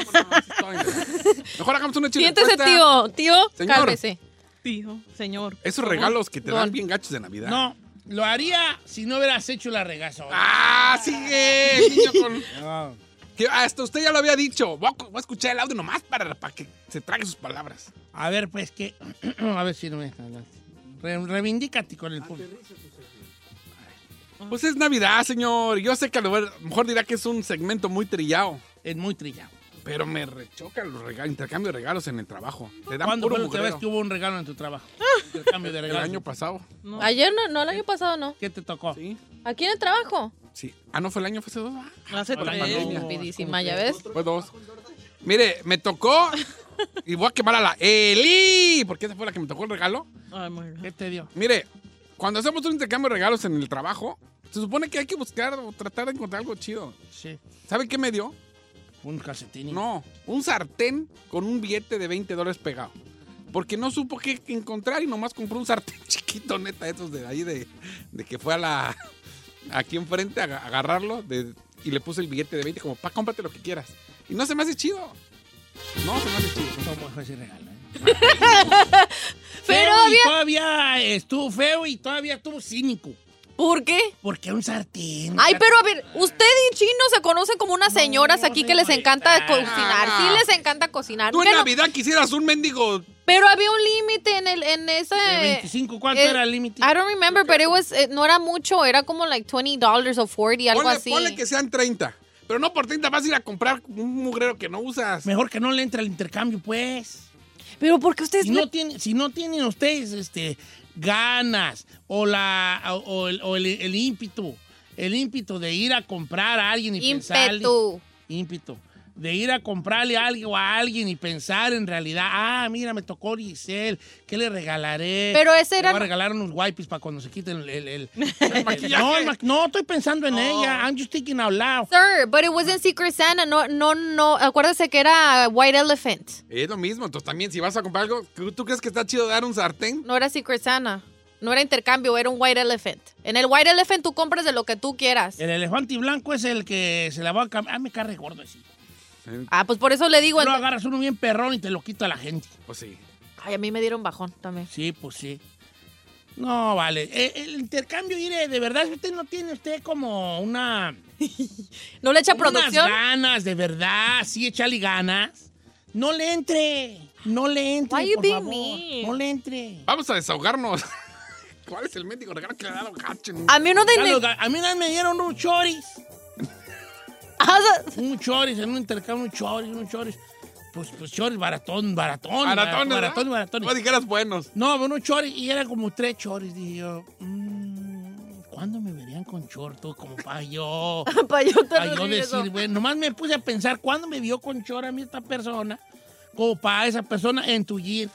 Speaker 3: (laughs)
Speaker 6: Mejor hagamos una chile.
Speaker 5: Siéntese, tío. Tío,
Speaker 6: Señor.
Speaker 5: cálmese.
Speaker 2: Tío, señor.
Speaker 6: Esos regalos que te
Speaker 5: Don.
Speaker 6: dan bien gachos de Navidad.
Speaker 3: No, lo haría si no hubieras hecho la regaza. hoy.
Speaker 6: ¡Ah, sigue! niño con- Que hasta usted ya lo había dicho. Voy a, cu- voy a escuchar el audio nomás para, para que se trague sus palabras.
Speaker 3: A ver, pues que. (clears throat) a ver si no me adelante. Re- Reivindícate con
Speaker 6: Ah,
Speaker 3: el público.
Speaker 6: Pues es Navidad, señor. Yo sé que a lo mejor- mejor dirá que es un segmento muy trillado.
Speaker 3: Es muy trillado.
Speaker 6: Pero me rechoca los regalos, intercambio de regalos en el trabajo. Le dan
Speaker 3: ¿Cuándo
Speaker 6: puro
Speaker 3: fue la última vez
Speaker 6: mugrero.
Speaker 3: que hubo un regalo en tu
Speaker 5: (laughs)
Speaker 3: trabajo? Intercambio de
Speaker 6: El
Speaker 3: regalos.
Speaker 6: año pasado.
Speaker 5: Ayer no, no, el año pasado no.
Speaker 3: ¿Qué te tocó?
Speaker 6: Sí.
Speaker 5: Aquí en el trabajo.
Speaker 6: Sí. Ah, no fue el año, fue hace dos. Ah,
Speaker 2: Hace
Speaker 3: Hola,
Speaker 2: tres.
Speaker 3: Manolo.
Speaker 6: pandemia.
Speaker 5: Rapidísima, ¿ya ves?
Speaker 6: Fue dos. Pues Mire, me tocó. Y voy a quemar a la Eli. Porque esa fue la que me tocó el regalo.
Speaker 2: Ay, my God.
Speaker 3: ¿Qué te dio?
Speaker 6: Mire, cuando hacemos un intercambio de regalos en el trabajo, se supone que hay que buscar o tratar de encontrar algo chido.
Speaker 3: Sí.
Speaker 6: ¿Sabe qué me dio?
Speaker 3: Un calcetín.
Speaker 6: No, un sartén con un billete de 20 dólares pegado. Porque no supo qué encontrar y nomás compró un sartén (laughs) chiquito, neta, esos de ahí, de, de que fue a la. aquí enfrente a aga- agarrarlo de- y le puse el billete de 20 como, pa, cómprate lo que quieras. Y no se me hace chido. No se me hace chido.
Speaker 3: ¿Cómo fue ese regalo? eh?
Speaker 5: (laughs)
Speaker 3: Feo
Speaker 5: Pero
Speaker 3: y
Speaker 5: había-
Speaker 3: todavía estuvo feo y todavía estuvo cínico.
Speaker 5: ¿Por qué?
Speaker 3: Porque un sartén.
Speaker 5: Ay, pero a ver, usted y Chino se conocen como unas señoras aquí que les encanta
Speaker 3: señorita.
Speaker 5: cocinar. Sí les encanta cocinar.
Speaker 6: Tú en
Speaker 5: Pero,
Speaker 6: Navidad quisieras un mendigo.
Speaker 5: pero había un límite en el en ese...
Speaker 3: ¿De 25 cuánto
Speaker 5: el-
Speaker 3: era el límite?
Speaker 5: eh, I don't remember, pero it was, eh, no era mucho, era como like $20 o 40, algo
Speaker 6: Ponle,
Speaker 5: así.
Speaker 6: ponle que sean 30. Pero no por 30 vas a ir a comprar un mugrero que no usas.
Speaker 3: Mejor que no le entre al intercambio, pues.
Speaker 5: Pero porque ustedes
Speaker 3: Si no, tiene, si no tienen ustedes este, ganas o, la, o, o el, o el- el ímpetu, el ímpetu de ir a comprar a alguien y pensarle-
Speaker 5: Ímpetu.
Speaker 3: ímpetu. De ir a comprarle algo a alguien y pensar en realidad, ah, mira, me tocó Giselle, ¿qué le regalaré?
Speaker 5: Pero ese
Speaker 3: Le
Speaker 5: era-
Speaker 3: voy a regalar unos wipes para cuando se quiten el... el-
Speaker 5: (laughs)
Speaker 3: el-
Speaker 6: maquillaje.
Speaker 3: no, el ma- no, estoy pensando en ella, I'm just thinking out loud.
Speaker 5: Sir, but it wasn't Secret Santa. No, no, no. Acuérdese que era White Elephant.
Speaker 6: Es lo mismo, entonces también si vas a comprar algo, ¿tú tú crees que está chido dar un sartén?
Speaker 5: No era Secret Santa. No era intercambio, era un White Elephant. En el White Elephant tú compras de lo que tú quieras.
Speaker 3: El elefante blanco es el que se la va a cambiar. Ah, me carre gordo así.
Speaker 5: Ah, pues por eso le digo.
Speaker 3: Luego
Speaker 5: ento-
Speaker 3: agarras uno bien perrón y te lo quita la gente.
Speaker 6: Pues sí.
Speaker 5: Ay, a mí me dieron bajón también.
Speaker 3: Sí, pues sí. No, vale. Eh, El, intercambio, mire, de verdad, si usted no tiene usted como una...
Speaker 5: ¿No le echa
Speaker 3: como
Speaker 5: producción?
Speaker 3: Unas ganas, de verdad, sí, echale ganas. No le entre, no le entre,
Speaker 5: Why you
Speaker 3: por
Speaker 5: being
Speaker 3: favor.
Speaker 5: mean?
Speaker 3: No le entre.
Speaker 6: Vamos a desahogarnos. (laughs) ¿Cuál es el mendigo regalo que le dieron Cachen?
Speaker 5: A mí uno de...
Speaker 3: Ya
Speaker 5: (laughs)
Speaker 3: los ga- A mí una vez me dieron un choris,
Speaker 5: Ah, o sea,
Speaker 3: un choris, en un intercambio, un choris, un choris. Pues, pues choris, baratón, baratón. baratón,
Speaker 6: Maratones, ¿verdad?
Speaker 3: baratón.
Speaker 6: No Pues, dijeras buenos.
Speaker 3: No, pero unos choris y era como tres choris. Dije yo, mm, ¿cuándo me verían con chorto? Como para
Speaker 5: (laughs)
Speaker 3: yo,
Speaker 5: pa' yo te
Speaker 3: pa'
Speaker 5: lo
Speaker 3: yo
Speaker 5: digo eso.
Speaker 3: decir, bueno, nomás me puse a pensar, ¿cuándo me vio con chor a mí esta persona? Como para esa persona entullir.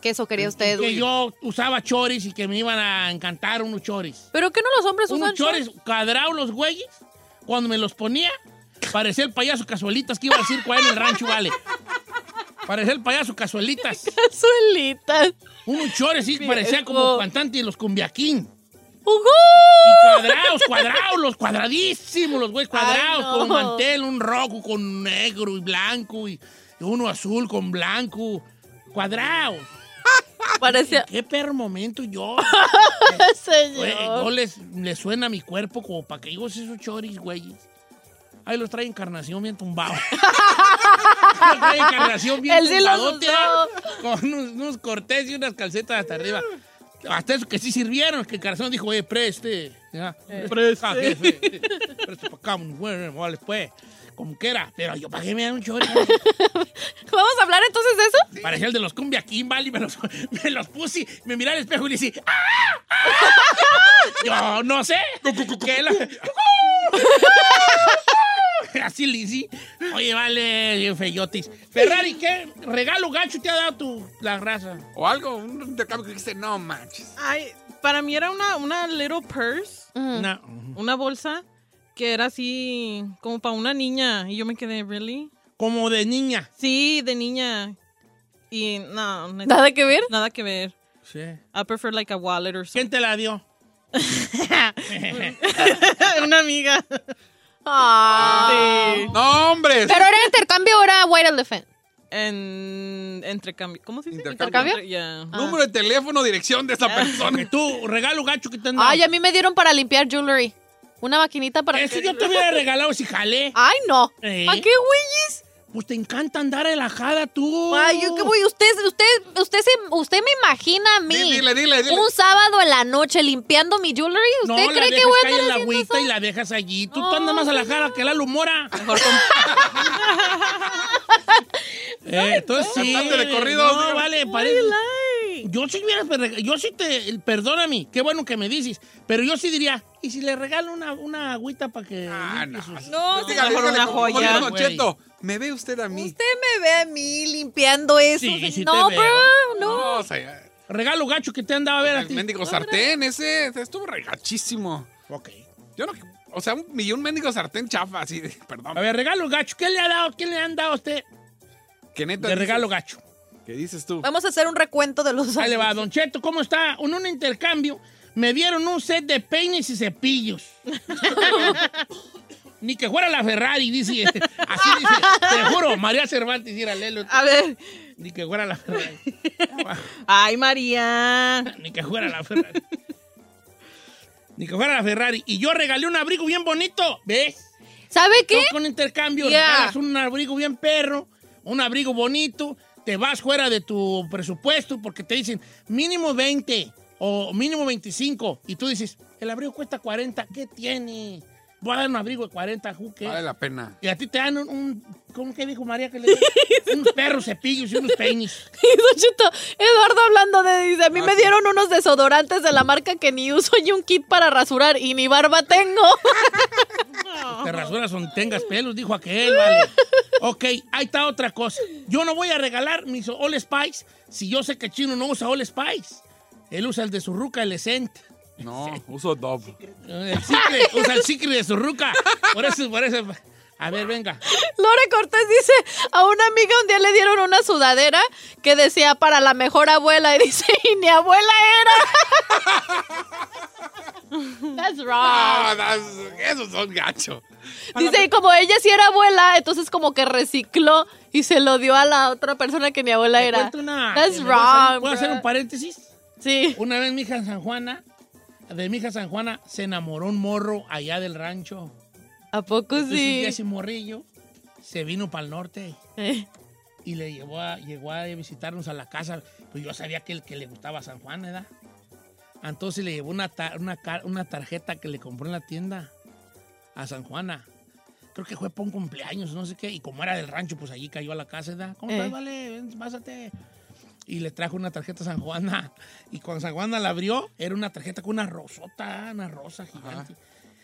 Speaker 5: Que eso quería usted.
Speaker 3: Que yo usaba choris y que me iban a encantar unos choris.
Speaker 5: ¿Pero qué no los hombres
Speaker 3: Unos
Speaker 5: usan
Speaker 3: choris
Speaker 5: shorts?
Speaker 3: cuadrados los güeyes, cuando me los ponía, parecía el payaso casuelitas que iba al circo ahí en el rancho, vale. Parecía el payaso casuelitas.
Speaker 5: Cazuelitas.
Speaker 3: Unos chores sí
Speaker 5: Viejo.
Speaker 3: parecía como cantante de los
Speaker 5: (laughs)
Speaker 3: cumbiaquín.
Speaker 5: ¡Ujú!
Speaker 3: Y cuadrados, cuadrados, los cuadradísimos, los güeyes cuadrados,
Speaker 5: Ay, no.
Speaker 3: con un mantel, un rojo con negro y blanco, y, y uno azul con blanco. Cuadrados.
Speaker 5: Parecía...
Speaker 3: Qué perro momento
Speaker 5: (laughs)
Speaker 3: yo. Güey, no
Speaker 5: Señor.
Speaker 3: les, les suena a mi cuerpo como para que digo esos choris, güeyes. Ahí los trae encarnación bien tumbado. (laughs) los trae encarnación bien
Speaker 5: Él sí los
Speaker 3: tumbadote,
Speaker 5: usó.
Speaker 3: ¿ah? Con unos, unos cortes y unas calcetas hasta arriba. Hasta eso que sí sirvieron, que Encarnación dijo,
Speaker 5: Eh.
Speaker 3: Ah, oye, preste. ya. Preste. pa' acá, jefe. Preste para acá, mujer, vale, pues. como quiera. Pero yo pagué, me dan un chorro.
Speaker 5: ¿Vamos a hablar entonces de eso?
Speaker 3: Parecía el de los cumbia Kimball y me los, (laughs) me los puse, y me miré al espejo y le dije, ¡ah! ¡Ah! Yo no sé. ¿Qué la- (laughs) Así le hice. Oye, vale, feyotis. Ferrari, ¿qué regalo gacho te ha dado tu, la raza?
Speaker 6: O algo, un intercambio que dice, no manches.
Speaker 3: Ah.
Speaker 2: Ay, para mí era una, una little purse,
Speaker 5: Mm.
Speaker 3: No.
Speaker 2: una bolsa que era así como para una niña. Y yo me quedé, ¿really?
Speaker 3: Como de niña.
Speaker 2: Sí, de niña. Y no, neta,
Speaker 5: Nada que ver.
Speaker 2: nada que ver.
Speaker 3: Sí.
Speaker 2: I prefer like a wallet or
Speaker 3: ¿Quién
Speaker 2: something.
Speaker 3: te la dio?
Speaker 2: una amiga.
Speaker 5: Ah.
Speaker 6: ¡No, hombre!
Speaker 5: Pero era intercambio o era White Elephant.
Speaker 2: En entrecambio. ¿Cómo se dice?
Speaker 6: Intercambio.
Speaker 2: Entre- yeah.
Speaker 6: Número de teléfono, dirección de esa
Speaker 3: Ah,
Speaker 6: persona.
Speaker 3: Porque tú, regalo gacho que te han dado.
Speaker 5: Ay, a mí me dieron para limpiar jewelry. Una maquinita para.
Speaker 3: Eso yo te hubiera regalado si jalé.
Speaker 5: Ay, no.
Speaker 3: Eh.
Speaker 5: ¿A qué güeyes?
Speaker 3: Pues te encanta andar relajada tú.
Speaker 5: Ay, yo qué voy. Usted, usted, usted, se, usted me imagina a mí.
Speaker 6: Di- Dile, dile, dile.
Speaker 5: Un sábado en la noche limpiando mi jewelry. ¿Usted
Speaker 3: No, la
Speaker 5: cree
Speaker 3: dejas
Speaker 5: que voy a
Speaker 3: caer
Speaker 5: andar
Speaker 3: en la
Speaker 5: haciendo
Speaker 3: agüita
Speaker 5: eso?
Speaker 3: y la dejas allí. Tú,
Speaker 5: No,
Speaker 3: tú andas más a la jala que la lumora. Mejor
Speaker 6: (laughs)
Speaker 3: Eh, entonces sí.
Speaker 6: Cantante de corrido,
Speaker 3: No,
Speaker 6: dígame.
Speaker 3: vale, parece. Yo sí, hubiera reg- yo sí te, perdóname, qué bueno que me dices, pero yo sí diría, ¿y si le regalo una, una agüita para que...
Speaker 6: Ah, no.
Speaker 2: No, sí,
Speaker 6: Dígale,
Speaker 2: mejor
Speaker 6: dígale,
Speaker 2: una
Speaker 6: como- como
Speaker 2: joya.
Speaker 6: dijo Don Cheto, ¿me ve usted a mí?
Speaker 5: Usted me ve a mí limpiando eso.
Speaker 3: Sí, sí
Speaker 5: no,
Speaker 3: te
Speaker 5: bro,
Speaker 3: veo.
Speaker 5: no.
Speaker 6: No, o sea,
Speaker 3: Regalo gacho que te han dado a ver a
Speaker 6: Pues el
Speaker 3: ti.
Speaker 6: mendigo sartén ese, ese estuvo regachísimo.
Speaker 3: Ok.
Speaker 6: Yo no, o sea, un, y un mendigo sartén chafa, así, de- perdón.
Speaker 3: A ver, regalo gacho, ¿qué le ha dado? ¿Qué le han dado a usted
Speaker 6: ¿Qué neta
Speaker 3: de
Speaker 6: dices?
Speaker 3: regalo gacho?
Speaker 6: ¿Qué dices tú?
Speaker 5: Vamos a hacer un recuento de los.
Speaker 3: Ahí le va, Don Cheto, ¿cómo está? En un intercambio me dieron un set de peines y
Speaker 2: (laughs)
Speaker 3: cepillos. Ni que fuera la Ferrari, dice. este, Así dice. Te juro, María Cervantes, ir a Lelo.
Speaker 2: A ver.
Speaker 3: Ni que fuera la Ferrari. (laughs)
Speaker 2: Ay, María.
Speaker 3: Ni que fuera la Ferrari. Ni que fuera la Ferrari. Y yo regalé un abrigo bien bonito. ¿Ves?
Speaker 5: ¿Sabe qué?
Speaker 3: Tú con intercambio
Speaker 5: Yeah.
Speaker 3: regalas un abrigo bien perro, un abrigo bonito, te vas fuera de tu presupuesto porque te dicen mínimo 20 o mínimo 25 y tú dices, el abrigo cuesta 40, ¿qué tiene? Voy a dar un abrigo de 40, ¿who cares?
Speaker 6: Vale la pena.
Speaker 3: Y a ti te dan un, un- ¿cómo que dijo María que le dan? unos perros cepillos y unos peines.
Speaker 5: (laughs) Don Cheto, Eduardo hablando de dice, a mí
Speaker 6: Ah,
Speaker 5: me
Speaker 6: sí.
Speaker 5: dieron unos desodorantes de la marca que ni uso y un kit para rasurar y ni barba tengo. (laughs)
Speaker 3: Te rasuras donde tengas pelos, dijo aquel,
Speaker 5: (laughs)
Speaker 3: vale. Ok, ahí está otra cosa. Yo no voy a regalar mis All Spice si yo sé que Chino no usa All Spice. Él usa el de su ruca, el Essent. (laughs)
Speaker 6: No, uso Dove.
Speaker 3: El
Speaker 5: (laughs)
Speaker 3: secret, usa el secret de su ruca. Por eso, por eso. A ver, venga.
Speaker 5: Lore Cortés dice, a una amiga un día le dieron una sudadera que decía para la mejor abuela y dice, y ni abuela era. (laughs) That's wrong.
Speaker 6: Ah, das- esos son gachos.
Speaker 5: Dice, y como ella sí era abuela, entonces como que recicló y se lo dio a la otra persona que ni abuela
Speaker 3: Te
Speaker 5: era.
Speaker 3: cuento una-
Speaker 5: That's
Speaker 3: ¿le
Speaker 5: wrong.
Speaker 3: puedo hacer- ¿Puedo hacer
Speaker 5: bro.
Speaker 3: un paréntesis?
Speaker 5: Sí.
Speaker 3: Una vez mi hija San Juana, de mi hija San Juana, se enamoró un morro allá del rancho.
Speaker 5: ¿A poco
Speaker 3: Entonces, Este un día
Speaker 5: Pues sí?
Speaker 3: ese morrillo se vino para el norte
Speaker 5: Eh. (laughs)
Speaker 3: y le llevó a, llegó a visitarnos a la casa. Pues yo sabía que el que le gustaba a San Juan, ¿verdad? Entonces le llevó una, ta- una, car- una tarjeta que le compró en la tienda a San Juana. Creo que fue para un cumpleaños, no sé qué. Y como era del rancho, pues allí cayó a la casa, ¿verdad? ¿Cómo estás,
Speaker 5: Eh.
Speaker 3: vale? Ven, pásate. Y le trajo una tarjeta a San Juana. Y cuando San Juana la abrió, era una tarjeta con una rosota, una rosa gigante.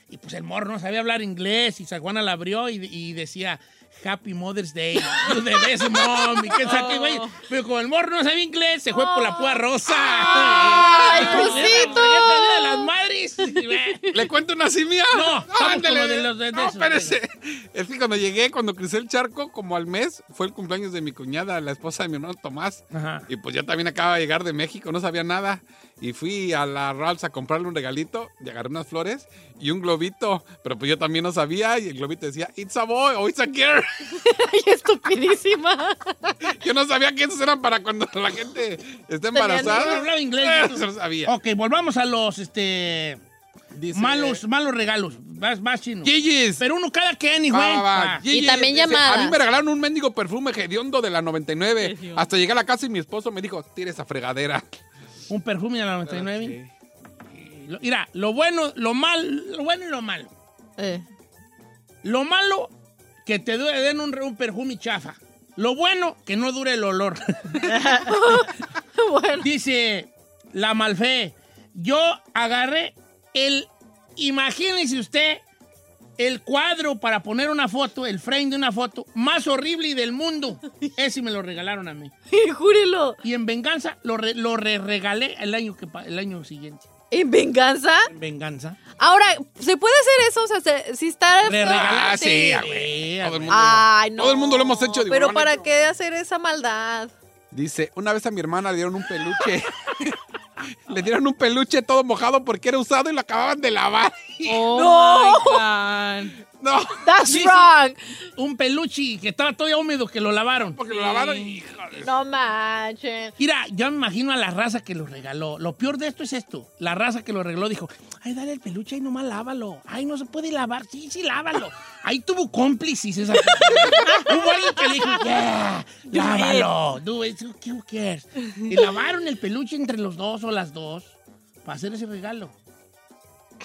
Speaker 3: Y pues el morro no sabía hablar inglés y San Juana la abrió y, y decía Happy Mother's Day, you the best mom. Y que saque, güey. Pero como el morro no sabía inglés, se fue por la púa rosa. pues,
Speaker 5: ¡Ay, Crucito!
Speaker 3: ¡Ay, de las madres! Y
Speaker 6: (laughs)
Speaker 3: ve.
Speaker 6: ¿Le cuento una simia?
Speaker 3: No, estamos con
Speaker 6: Ándale.
Speaker 3: lo de los de- de
Speaker 6: No,
Speaker 3: esos.
Speaker 6: espérese. Es que cuando llegué, cuando crucé el charco, como al mes, fue el cumpleaños de mi cuñada, la esposa de mi hermano Tomás.
Speaker 3: Ajá.
Speaker 6: Y pues ya también acaba de llegar de México, no sabía nada. Y fui a la Ralphs a comprarle un regalito y agarré unas flores y un globito. Pero pues yo también no sabía y el globito decía, it's a boy o it's a girl. (laughs)
Speaker 5: Ay,
Speaker 3: (laughs)
Speaker 5: estupidísima.
Speaker 6: Yo no sabía que esos eran para cuando la gente está embarazada.
Speaker 3: Yo no hablaba
Speaker 6: (laughs)
Speaker 3: inglés. oh,
Speaker 6: Eh,
Speaker 3: yo-
Speaker 6: no sabía.
Speaker 3: Ok, volvamos a los este,
Speaker 6: Dice-
Speaker 3: malos, malos regalos. Más, más chino.
Speaker 6: Gigis.
Speaker 3: Pero uno cada que ni
Speaker 6: Va,
Speaker 3: güey.
Speaker 6: va, va.
Speaker 3: Ah.
Speaker 5: Y
Speaker 6: Gigi
Speaker 5: también
Speaker 6: dice,
Speaker 5: llamadas.
Speaker 6: A mí me regalaron un mendigo perfume hediondo de la 99. Hasta llegué a la casa y mi esposo me dijo, tira esa fregadera. (laughs)
Speaker 3: Un perfume de la 99. Lo- Mira,
Speaker 5: (laughs)
Speaker 3: lo bueno, lo mal, lo bueno y lo malo.
Speaker 5: Eh.
Speaker 3: Lo malo que te du- den un, un perfume chafa. Lo bueno, que no dure el olor. (laughs) Dice la Malfe, yo agarré el, imagínese usted, el cuadro para poner una foto, el frame de una foto más horrible del mundo. Ese me lo regalaron a mí.
Speaker 9: Júrelo.
Speaker 3: Y en venganza lo, re- lo re- regalé el año, que, pa- el año siguiente.
Speaker 9: ¿En venganza?
Speaker 3: En venganza.
Speaker 9: Ahora, ¿se puede hacer eso? O sea, se- si está...
Speaker 3: Le regalé.
Speaker 6: Ah, sí,
Speaker 3: sí,
Speaker 6: a güey, a
Speaker 3: güey.
Speaker 6: ver.
Speaker 5: Ah.
Speaker 9: Ay, no.
Speaker 6: Todo el mundo lo hemos hecho, digo,
Speaker 9: Pero
Speaker 6: lo han
Speaker 9: ¿para
Speaker 6: hecho.
Speaker 9: qué hacer esa maldad?
Speaker 6: Dice, una vez a mi hermana le dieron un peluche. (laughs) le dieron un peluche todo mojado porque era usado y lo acababan de lavar. (laughs)
Speaker 2: Oh my God.
Speaker 6: No,
Speaker 9: That's
Speaker 3: Sí, sí.
Speaker 9: wrong.
Speaker 3: Un peluche que estaba todavía húmedo que lo lavaron.
Speaker 6: porque lo lavaron y... híjole.
Speaker 3: (laughs)
Speaker 5: No manches.
Speaker 3: Mira, yo me imagino a la raza que lo regaló. Lo peor de esto es esto. La raza que lo regaló dijo, ay, dale el peluche, ay, nomás lávalo. Ay, no se puede lavar. Sí, sí, lávalo. Ahí tuvo cómplices esa persona. Hubo alguien que le dijo, yeah, lávalo. Do it. Who cares? Y lavaron el peluche entre los dos o las dos para hacer ese regalo.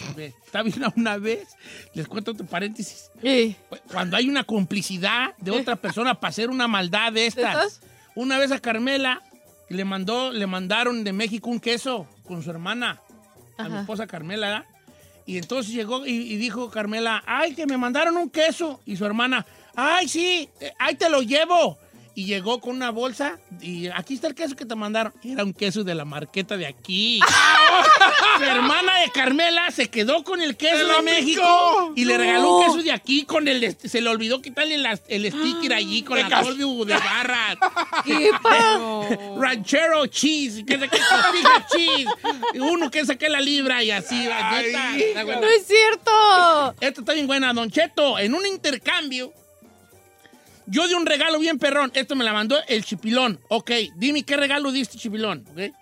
Speaker 3: A ver, Está bien a una vez. Les cuento otro paréntesis.
Speaker 9: Eh,
Speaker 3: Cuando hay una complicidad de (laughs) otra persona para hacer una maldad de estas.
Speaker 9: ¿estás?
Speaker 3: Una vez a Carmela le mandó, le mandaron de México un queso con su hermana, a mi
Speaker 9: Ajá.
Speaker 3: esposa Carmela, ¿verdad? Y entonces llegó y, y dijo Carmela, ay, que me mandaron un queso. Y su hermana, ay, sí, eh, ahí te lo llevo. Y llegó con una bolsa y aquí está el queso que te mandaron. Era un queso de la marqueta de (laughs) aquí. su hermana de Carmela se quedó con el queso de México y le regaló un queso de aquí con el... est- Se le olvidó quitarle las- el sticker allí con la cor de, de (laughs) barras.
Speaker 9: ¿Qué pa-
Speaker 3: Ranchero cheese, que saqué costilla cheese, y uno que saqué la libra y así. va, neta, está buena.
Speaker 9: ¡No es cierto!
Speaker 3: Esta está bien buena, Don Cheto. En un intercambio, yo di un regalo bien perrón. Esto me la mandó el chipilón. Ok, dime qué regalo diste, chipilón. Ok.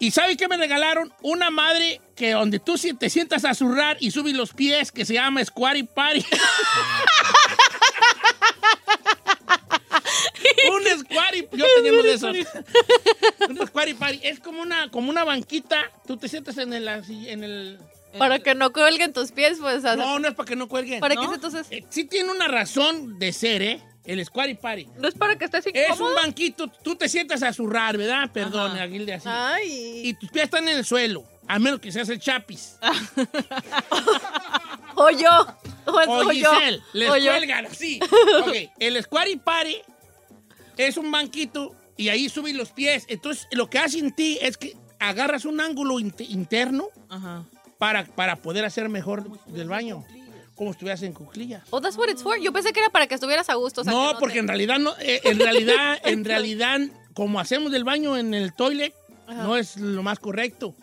Speaker 3: ¿Y sabe qué me regalaron? Una madre que donde tú si- te sientas a zurrar y subes los pies, que se llama Squatty Party. un Squatty, yo tenemos de esos. un Squatty Party. Es como una, como una banquita. Tú te sientas en el, así- en el
Speaker 9: Para que no cuelguen tus pies, pues. a-
Speaker 3: no, no es para que no cuelguen.
Speaker 9: ¿Para
Speaker 3: ¿no?
Speaker 9: qué es entonces?
Speaker 3: Eh, sí tiene una razón de ser, ¿eh? El Squatty Party.
Speaker 9: No es para que estés
Speaker 3: Es un
Speaker 9: incómodo.
Speaker 3: banquito, tú te sientas a zurrar, ¿verdad? Perdón,
Speaker 2: Ajá.
Speaker 3: Aguilde, así.
Speaker 9: Ay.
Speaker 3: Y tus pies están en el suelo, a menos que seas el chapis.
Speaker 9: Ah, O yo. (laughs) O,
Speaker 3: o
Speaker 9: o yo.
Speaker 3: Giselle, les
Speaker 9: o yo.
Speaker 3: cuelgan
Speaker 9: (laughs)
Speaker 3: así. ok, el Squatty Party es un banquito y ahí subes los pies. Entonces, lo que hacen en ti es que agarras un ángulo inte- interno
Speaker 2: Ajá.
Speaker 3: para, para poder hacer mejor del baño, como estuvieras en cuclillas.
Speaker 9: Oh, that's what it's for. Yo pensé que era para que estuvieras a gusto. o sea,
Speaker 3: no,
Speaker 9: que te-
Speaker 3: porque en realidad no, eh, en realidad, en realidad, como hacemos del baño en el toilet, no es lo más correcto.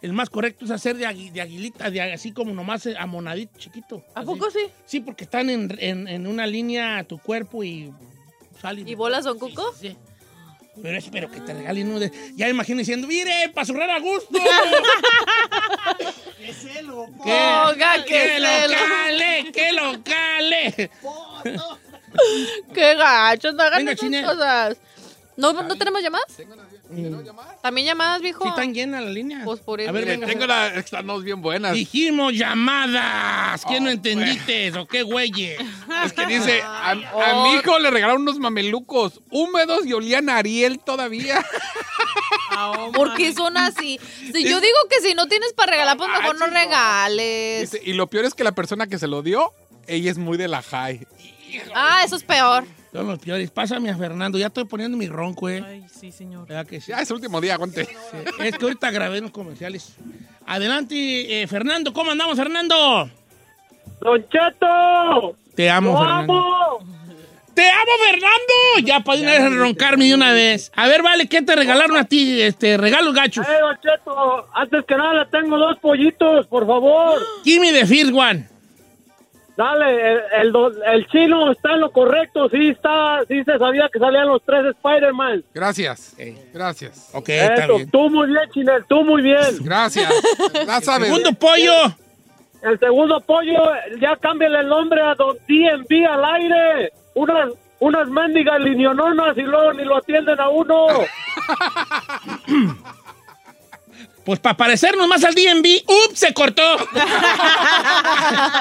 Speaker 3: El más correcto es hacer de, agui- de aguilita, de así como nomás eh, amonadito, chiquito.
Speaker 9: ¿A
Speaker 3: así.
Speaker 9: poco sí?
Speaker 3: Sí, porque están en, en- en una línea tu cuerpo y salen.
Speaker 9: ¿Y bolas son cuco?
Speaker 3: Sí, sí, sí. Pero espero que te regalen uno de. Ya me imagino diciendo, mire, para zurrar a gusto.
Speaker 9: Ponga que
Speaker 3: ¡Qué
Speaker 9: se lo-
Speaker 3: locale! ¡Qué locale!
Speaker 9: ¡Qué gacho! No hagan
Speaker 3: Venga,
Speaker 9: esas
Speaker 3: Chinel.
Speaker 9: cosas. ¿No, ¿No tenemos llamadas?
Speaker 3: ¿Tengo
Speaker 9: ¿También llamadas, viejo?
Speaker 3: Mm. Sí, están llenas las líneas.
Speaker 9: Pues por eso.
Speaker 3: A ver,
Speaker 6: Mire,
Speaker 3: venga.
Speaker 6: tengo las... Están dos bien buenas.
Speaker 3: Dijimos llamadas. ¿Qué no entendiste? ¿O qué güeyes?
Speaker 6: Es que dice, a, a mi hijo le regalaron unos mamelucos húmedos y olían a Ariel
Speaker 5: (laughs)
Speaker 6: todavía.
Speaker 2: Oh,
Speaker 9: ¿Por
Speaker 2: my-
Speaker 9: qué son así? Si yo digo que si no tienes para regalar, pues mejor no regales.
Speaker 6: Dice, y lo peor es que la persona que se lo dio, ella es muy de la high.
Speaker 9: Ah, eso es peor.
Speaker 3: Son los peores. Pásame a Fernando. Ya estoy poniendo mi ronco, ¿eh?
Speaker 2: Ay, sí, señor.
Speaker 3: ¿Verdad que sí?
Speaker 6: Ya es el último día, aguante.
Speaker 3: Sí. Es que ahorita grabé unos comerciales. Adelante, eh, Fernando. ¿Cómo andamos, Fernando?
Speaker 10: Don Cheto,
Speaker 3: Te amo,
Speaker 10: lo
Speaker 3: Fernando.
Speaker 10: amo.
Speaker 3: ¡Te amo, Fernando! Ya para de una vez roncarme de una vez. A ver, vale, ¿qué te regalaron a ti? Este, regalos gachos.
Speaker 10: Eh, Don Cheto, antes que nada le tengo dos pollitos, por favor.
Speaker 3: Give me the first one.
Speaker 10: Dale, el, el, do- el chino está en lo correcto, sí está, sí se sabía que salían los tres Spider-Man.
Speaker 6: Gracias. Gracias.
Speaker 3: Ok, está
Speaker 10: Eso,
Speaker 3: bien.
Speaker 10: tú muy bien, Chinel, tú muy bien.
Speaker 6: Gracias. Ya sabes.
Speaker 3: Segundo pollo.
Speaker 10: El segundo pollo, ya cámbiale el nombre a Don DMV al aire. Unas, unas mendigas liniononas y luego ni lo atienden a uno.
Speaker 3: Pues para parecernos más al DNB, ¡ups! Se cortó.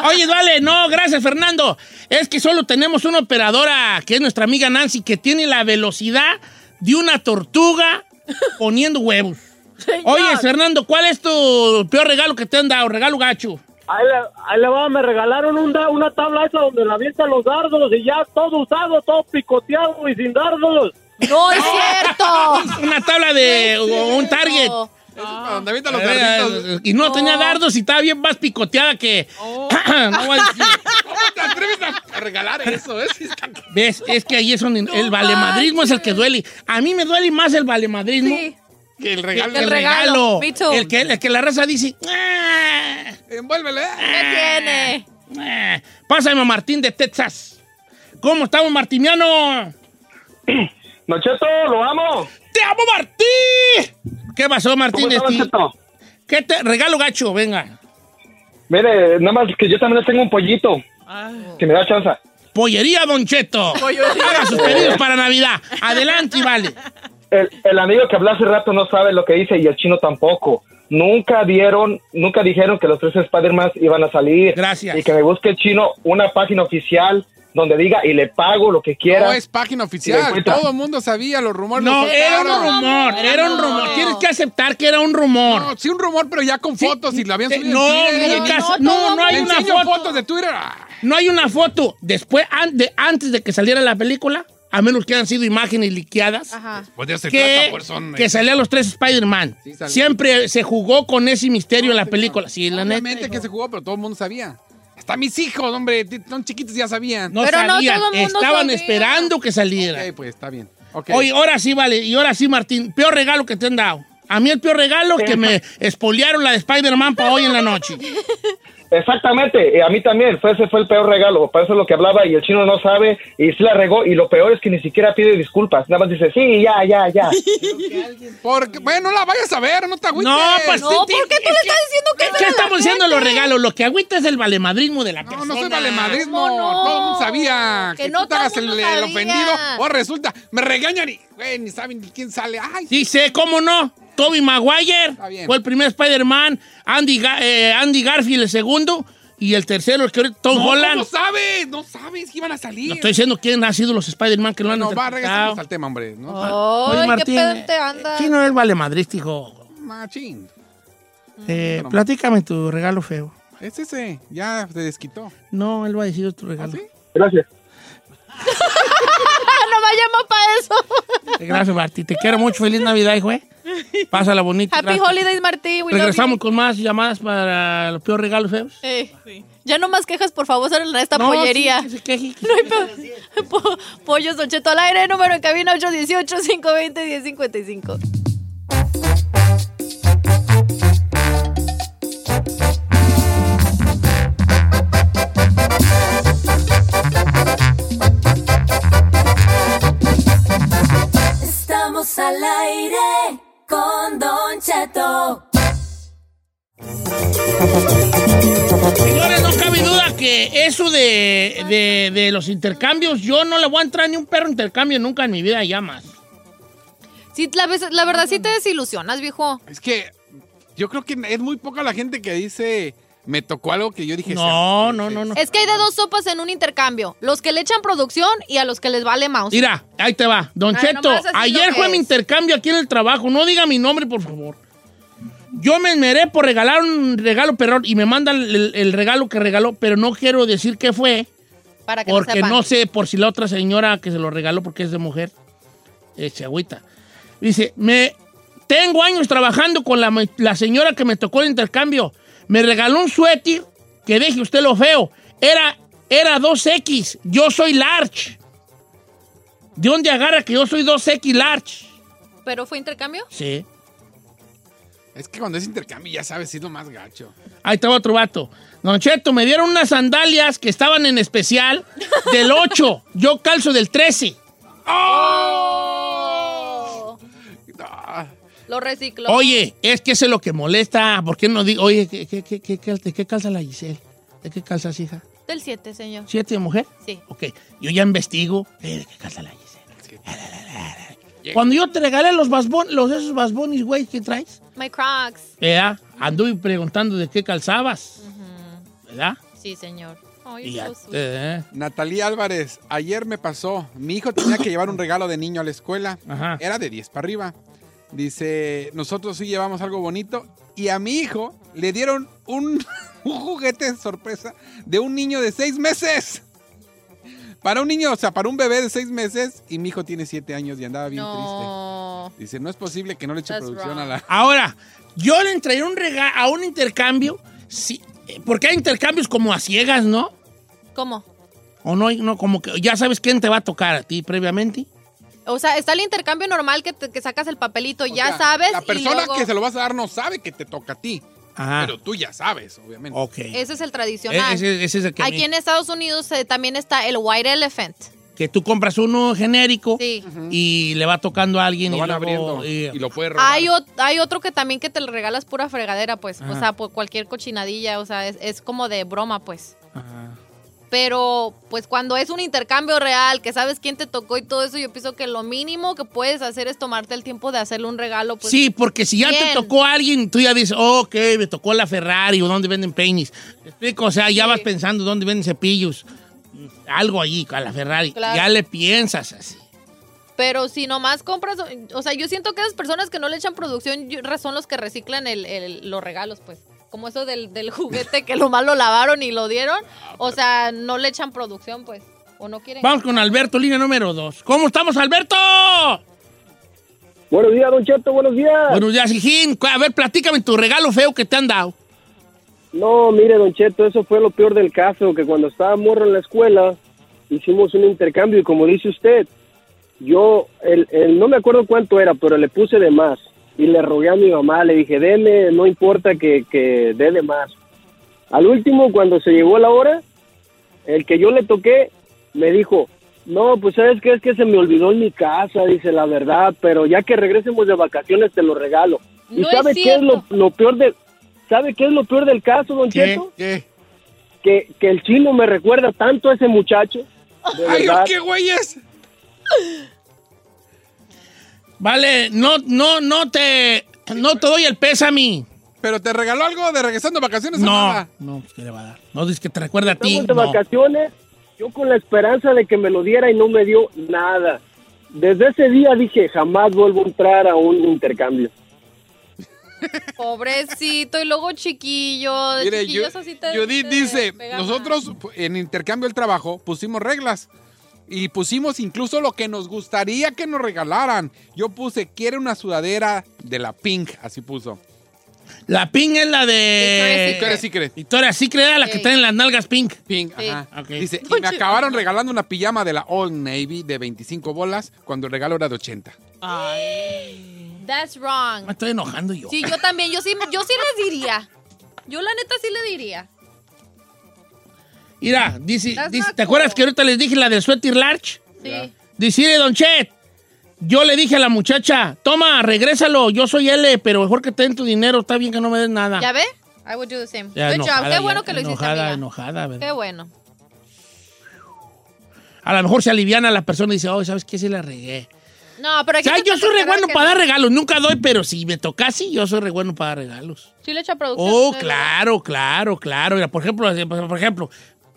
Speaker 3: Oye, vale, no, gracias, Fernando. Es que solo tenemos una operadora, que es nuestra amiga Nancy, que tiene la velocidad de una tortuga poniendo huevos. Oye, Fernando, ¿cuál es tu peor regalo que te han dado? Regalo gacho.
Speaker 10: Ahí le, ahí le va, me regalaron un da- una tabla esa donde la avientan los dardos y ya todo usado, todo picoteado y sin dardos.
Speaker 5: ¡No es cierto!
Speaker 3: Una tabla de o un target. Eh, Y no, tenía dardos y estaba bien más picoteada que. (coughs) No voy a decir.
Speaker 6: te atreves a regalar eso? eh. Es,
Speaker 3: ¿Ves? Es que ahí es donde el valemadrismo es el que duele. A mí me duele más el valemadrismo.
Speaker 6: que el
Speaker 3: que
Speaker 6: regalo.
Speaker 3: El, regalo. El que, el que la raza dice. "Ah,
Speaker 6: (laughs) Envuélvele.
Speaker 5: ¿Qué
Speaker 3: ah". Pásame a Martín de Texas. ¿Cómo estamos, Martiniano?
Speaker 10: Nocheto, lo amo.
Speaker 3: ¡Te amo, Martín! ¿Qué pasó, Martín?
Speaker 10: ¿Cómo está,
Speaker 3: Este-
Speaker 10: Don Cheto?
Speaker 3: ¿Qué te regalo, gacho? Venga.
Speaker 10: Mire, nada más que yo también tengo un pollito.
Speaker 6: Ah.
Speaker 10: Si me da chance.
Speaker 3: Pollería, Don Cheto.
Speaker 10: Pollería.
Speaker 3: Haga sus pedidos para Navidad. Adelante, y vale.
Speaker 10: El, el amigo que habló hace rato no sabe lo que hice y el chino tampoco. Nunca dieron, nunca dijeron que los tres Spider-Man iban a salir.
Speaker 3: Gracias.
Speaker 10: Y que me busque el chino una página oficial donde diga y le pago lo que quiera.
Speaker 6: No es página
Speaker 10: Sí,
Speaker 6: oficial.
Speaker 10: cuenta.
Speaker 6: Todo el mundo sabía los rumores.
Speaker 3: No,
Speaker 6: los
Speaker 3: era un
Speaker 6: soltaron.
Speaker 3: rumor, era un rumor. Tienes que aceptar que era un rumor.
Speaker 6: No, sí, eh, un rumor, pero ya con fotos y la habían
Speaker 3: Sí,
Speaker 6: subido.
Speaker 3: no,
Speaker 6: en Twitter.
Speaker 3: ni en casa. No, no hay
Speaker 6: Le
Speaker 3: una
Speaker 6: enseño
Speaker 3: foto.
Speaker 6: fotos de Twitter. Ah,
Speaker 3: No hay una foto después an- de- antes de que saliera la película, a menos que hayan sido imágenes liqueadas.
Speaker 5: Ajá.
Speaker 6: Pues ya se
Speaker 3: Que,
Speaker 6: trata, por son. eh,
Speaker 3: que salían los tres Spider-Man.
Speaker 6: Sí, salió.
Speaker 3: Siempre se jugó con ese misterio en la película. Sí, la neta.
Speaker 6: Obviamente que se jugó, pero todo el mundo sabía. Hasta mis hijos, hombre, t- son chiquitos ya sabían.
Speaker 3: No
Speaker 5: Pero no
Speaker 3: sabían,
Speaker 5: todo el mundo
Speaker 3: estaban
Speaker 5: sabía.
Speaker 3: esperando que saliera.
Speaker 6: Ok, pues está bien. Ok.
Speaker 3: Oye, ahora sí, vale, y ahora sí, Martín, peor regalo que te han dado. A mí el peor regalo que me espolearon la de Spider-Man para hoy en la noche.
Speaker 10: Exactamente, eh, a mí también, fue, ese fue el peor regalo, para eso es lo que hablaba y el chino no sabe y sí la regó y lo peor es que ni siquiera pide disculpas, nada más dice, sí, ya, ya, ya.
Speaker 6: Porque, bueno, no la vayas a ver, no te agüites.
Speaker 3: No, pues
Speaker 5: No, ¿por qué tú le estás diciendo que
Speaker 3: ¿Qué,
Speaker 5: es de la
Speaker 3: estamos
Speaker 5: gente?
Speaker 3: diciendo los regalos? Lo que agüita es el valemadrismo de la
Speaker 6: No,
Speaker 3: persona.
Speaker 6: no soy valemadrismo.
Speaker 5: ¿Cómo no?
Speaker 6: Todo el mundo sabía.
Speaker 5: Que
Speaker 6: Que,
Speaker 5: no
Speaker 6: tú te hagas
Speaker 5: todo el
Speaker 6: el,
Speaker 5: mundo
Speaker 6: el
Speaker 5: sabía.
Speaker 6: ofendido. O resulta, me regañan y, güey, ni saben ni quién sale. Ay,
Speaker 3: Sí, sé, ¿cómo no? Toby Maguire
Speaker 6: bien.
Speaker 3: fue el primer Spider-Man, Andy, Ga- eh, Andy Garfield el segundo y el tercero, el que ahorita- Tom
Speaker 6: no,
Speaker 3: Holland.
Speaker 6: ¿cómo sabes? No sabes que iban a salir.
Speaker 3: No estoy diciendo quién ha sido los Spider-Man que lo han
Speaker 6: No, va,
Speaker 3: interpretado.
Speaker 6: regresamos al tema, hombre.
Speaker 3: Oh.
Speaker 6: No,
Speaker 3: Oye,
Speaker 5: ¡Ay, qué
Speaker 3: Martín,
Speaker 5: pedo te
Speaker 3: eh,
Speaker 5: anda!
Speaker 3: Sí, no es valemadrístico.
Speaker 6: machín. Mm,
Speaker 3: Eh, platícame tu regalo feo.
Speaker 6: Es ese, ya se desquitó. ¿Ah,
Speaker 3: No, él va a decir otro regalo.
Speaker 6: sí?
Speaker 10: Gracias.
Speaker 5: no me Ah, llamó para eso. (laughs)
Speaker 3: Gracias, Martín. Te quiero mucho. Feliz Navidad, hijo. eh. Pásala bonita.
Speaker 5: Happy
Speaker 3: Gracias.
Speaker 5: Holidays, Martí. we love
Speaker 3: Regresamos
Speaker 5: you.
Speaker 3: con más llamadas para los peores regalos feos.
Speaker 5: Eh, Ya no más quejas, por favor, sobre esta
Speaker 3: No,
Speaker 5: pollería.
Speaker 3: sí, que se queje, que
Speaker 5: No hay pedo. (laughs) Po- Pollos Don Cheto al aire, número en cabina 818-520-1055.
Speaker 11: Estamos al aire con Don Cheto.
Speaker 3: Señores, no cabe duda que eso de, de- de los intercambios, yo no le voy a entrar ni un perro intercambio nunca en mi vida ya más.
Speaker 5: Sí, la, vez- la verdad sí te desilusionas, viejo.
Speaker 6: Es que yo creo que es muy poca la gente que dice, me tocó algo que yo dije.
Speaker 3: No,
Speaker 6: sí,
Speaker 3: no,
Speaker 6: sí".
Speaker 3: no, no.
Speaker 5: Es que hay de dos sopas en un intercambio. Los que le echan producción y a los que les vale mouse.
Speaker 3: Mira, ahí te va. Don
Speaker 5: Ay,
Speaker 3: Cheto,
Speaker 5: nomás así
Speaker 3: ayer
Speaker 5: lo
Speaker 3: fue
Speaker 5: que
Speaker 3: mi
Speaker 5: es.
Speaker 3: intercambio aquí en el trabajo. No diga mi nombre, por favor. Yo me esmeré por regalar un regalo perrón y me mandan el, el regalo que regaló, pero no quiero decir qué fue
Speaker 5: para que
Speaker 3: porque
Speaker 5: sepan.
Speaker 3: no sé por si la otra señora que se lo regaló porque es de mujer eh, se agüita. Dice, me tengo años trabajando con la, me- la señora que me tocó el intercambio. Me regaló un suéter que deje usted lo feo. Era, era 2X. Yo soy large. ¿De dónde agarra que yo soy 2X large?
Speaker 5: ¿Pero fue intercambio?
Speaker 3: Sí.
Speaker 6: Es que cuando es intercambio ya sabes, es lo más gacho.
Speaker 3: Ahí estaba otro vato. Don Cheto, me dieron unas sandalias que estaban en especial del 8. Yo calzo del 13.
Speaker 6: Ah,
Speaker 5: Lo reciclo.
Speaker 3: Oye, es que eso es lo que molesta. ¿Por qué no digo? Oye, ¿qué, qué, qué, qué, cal- ¿de qué calza la Giselle? ¿De qué calzas, hija?
Speaker 5: Del 7, señor.
Speaker 3: ¿Siete de mujer?
Speaker 5: Sí.
Speaker 3: Ok, yo ya investigo. Eh, ¿De qué calza Ah, la Giselle? Cuando yo te regalé los basbon, los esos basbonis, güey, que traes,
Speaker 5: My Crocs.
Speaker 3: ¿verdad? Anduve preguntando de qué calzabas, ¿verdad?
Speaker 5: Mm, Sí, señor. Ay, so sweet.
Speaker 3: eh,
Speaker 6: Natalia Álvarez, ayer me pasó. Mi hijo tenía que
Speaker 5: (clears throat)
Speaker 6: llevar un regalo de niño a la escuela. Era de 10 para arriba. Dice, nosotros sí llevamos algo bonito. Y a mi hijo le dieron un, (laughs) un juguete de sorpresa de un niño de 6 meses. Para un niño, o sea, para un bebé de 6 meses. Y mi hijo tiene 7 años y andaba bien triste. Dice, no es posible que no le eche producción a (laughs) la...
Speaker 3: Ahora, yo le entregué un regalo a un intercambio, sí, eh, porque hay intercambios como a ciegas, ¿no?
Speaker 5: ¿Cómo?
Speaker 3: O no, hay- no, como que ya sabes quién te va a tocar a ti previamente.
Speaker 5: O sea, está el intercambio normal que, te- que sacas el papelito, ya
Speaker 6: sea,
Speaker 5: sabes.
Speaker 6: La
Speaker 5: y
Speaker 6: persona
Speaker 5: luego-
Speaker 6: que se lo vas a dar no sabe que te toca a ti.
Speaker 3: Ajá.
Speaker 6: Pero tú ya sabes, obviamente.
Speaker 3: Ok.
Speaker 5: Ese es el tradicional.
Speaker 3: E- ese- ese es el que a
Speaker 5: Aquí
Speaker 3: mí-
Speaker 5: en Estados Unidos eh, también está el White Elephant.
Speaker 3: Que tú compras uno genérico
Speaker 5: Sí.
Speaker 3: y le va tocando a alguien
Speaker 6: Lo
Speaker 3: y,
Speaker 6: van
Speaker 3: luego, eh,
Speaker 6: abriendo y lo puedes robar.
Speaker 5: Hay, ot- hay otro que también que te le regalas pura fregadera, pues. O
Speaker 3: Ajá.
Speaker 5: sea, por cualquier cochinadilla. O sea, es, es como de broma, pues.
Speaker 3: Ajá.
Speaker 5: Pero, pues, cuando es un intercambio real, que sabes quién te tocó y todo eso, yo pienso que lo mínimo que puedes hacer es tomarte el tiempo de hacerle un regalo. Pues,
Speaker 3: sí, porque si ya te
Speaker 5: bien.
Speaker 3: tocó a alguien, tú ya dices, ok, me tocó la Ferrari o dónde venden peines. ¿Te explico? O sea, ya vas pensando dónde venden cepillos. Algo allí, a la Ferrari.
Speaker 5: Claro.
Speaker 3: Ya le piensas así.
Speaker 5: Pero si nomás compras, o sea, yo siento que esas personas que no le echan producción yo- son los que reciclan el- el- los regalos, pues. Como eso del, del juguete que lo más lo lavaron y lo dieron.
Speaker 6: Ah,
Speaker 5: O sea, no le echan producción, pues. O no quieren.
Speaker 3: Vamos con Alberto, línea número 2. ¿Cómo estamos, Alberto?
Speaker 12: Buenos días, Don Cheto, buenos días.
Speaker 3: Buenos días, hijín. A ver, platícame tu regalo feo que te han dado.
Speaker 12: No, mire, Don Cheto, eso fue lo peor del caso, que cuando estaba morro en la escuela, hicimos un intercambio y como dice usted, yo, el, el- no me acuerdo cuánto era, pero le puse de más y le rogué a mi mamá, le dije, deme, no importa que, que dé de más. Al último, cuando se llegó la hora, el que yo le toqué me dijo, no, pues sabes qué, es que se me olvidó en mi casa, dice la verdad, pero ya que regresemos de vacaciones te lo regalo. ¿Y
Speaker 13: No es
Speaker 12: sabe qué es lo, lo peor de, sabe qué es lo peor del caso, don
Speaker 13: ¿Qué?
Speaker 12: Cheto? Que, que el chino me recuerda tanto a ese muchacho. De
Speaker 3: Ay,
Speaker 12: verdad.
Speaker 3: qué Vale, no, no, no te, no te doy el pésame.
Speaker 6: Pero te regaló algo de regresando de vacaciones.
Speaker 3: No,
Speaker 6: nada?
Speaker 3: no, pues, ¿qué le va a dar? No, dice que te recuerda a ti.
Speaker 12: Estamos de
Speaker 3: no.
Speaker 12: vacaciones, yo con la esperanza de que me lo diera y no me dio nada. Desde ese día dije, jamás vuelvo a entrar a un intercambio.
Speaker 5: Pobrecito y luego chiquillo. de
Speaker 6: Mire,
Speaker 5: chiquillos
Speaker 6: Ju-
Speaker 5: así te-
Speaker 6: Judith
Speaker 5: te
Speaker 6: dice,
Speaker 5: pega
Speaker 6: nosotros pu- en intercambio del trabajo pusimos reglas y pusimos incluso lo que nos gustaría que nos regalaran. Yo puse, quiere una sudadera de la Pink, así puso.
Speaker 3: La pink es la de.
Speaker 6: Victoria's Secret.
Speaker 3: Victoria Secret era la que
Speaker 6: Sí.
Speaker 3: traen las nalgas pink.
Speaker 6: Pink, ajá. Dice, y me acabaron regalando una pijama de la Old Navy de 25 bolas cuando el regalo era de 80.
Speaker 5: más. That's wrong.
Speaker 3: Me estoy enojando yo.
Speaker 5: Sí, yo también. Yo sí, yo sí les diría. Yo la neta sí le diría.
Speaker 3: Mira, dice,
Speaker 5: Estás
Speaker 3: dice-
Speaker 5: naco.
Speaker 3: ¿te acuerdas que ahorita les dije la del sweater large?
Speaker 5: Sí.
Speaker 3: Dice, Don Chet, yo le dije a la muchacha, toma, regrésalo, yo soy L, pero mejor que te den tu dinero, está bien que no me des nada.
Speaker 5: ¿Ya ve? I would do the same.
Speaker 3: Ah. Ya,
Speaker 5: Good
Speaker 3: enojada,
Speaker 5: job. Qué
Speaker 3: ya,
Speaker 5: bueno que lo hiciste,
Speaker 3: enojada,
Speaker 5: amiga.
Speaker 3: enojada, ¿verdad?
Speaker 5: Qué bueno.
Speaker 3: A lo mejor se aliviana la persona y dice, oh, ¿sabes qué? Se la regué.
Speaker 5: No, pero
Speaker 3: O
Speaker 5: aquí
Speaker 3: sea,
Speaker 5: te
Speaker 3: yo
Speaker 5: estás
Speaker 3: soy re bueno
Speaker 5: enterando que
Speaker 3: para
Speaker 5: no.
Speaker 3: dar regalos, nunca doy, pero si me tocase, yo soy re bueno para dar regalos.
Speaker 5: Sí le echa producción.
Speaker 3: Oh,
Speaker 5: sí.
Speaker 3: claro, claro, claro. Mira, por ejemplo, por ejemplo,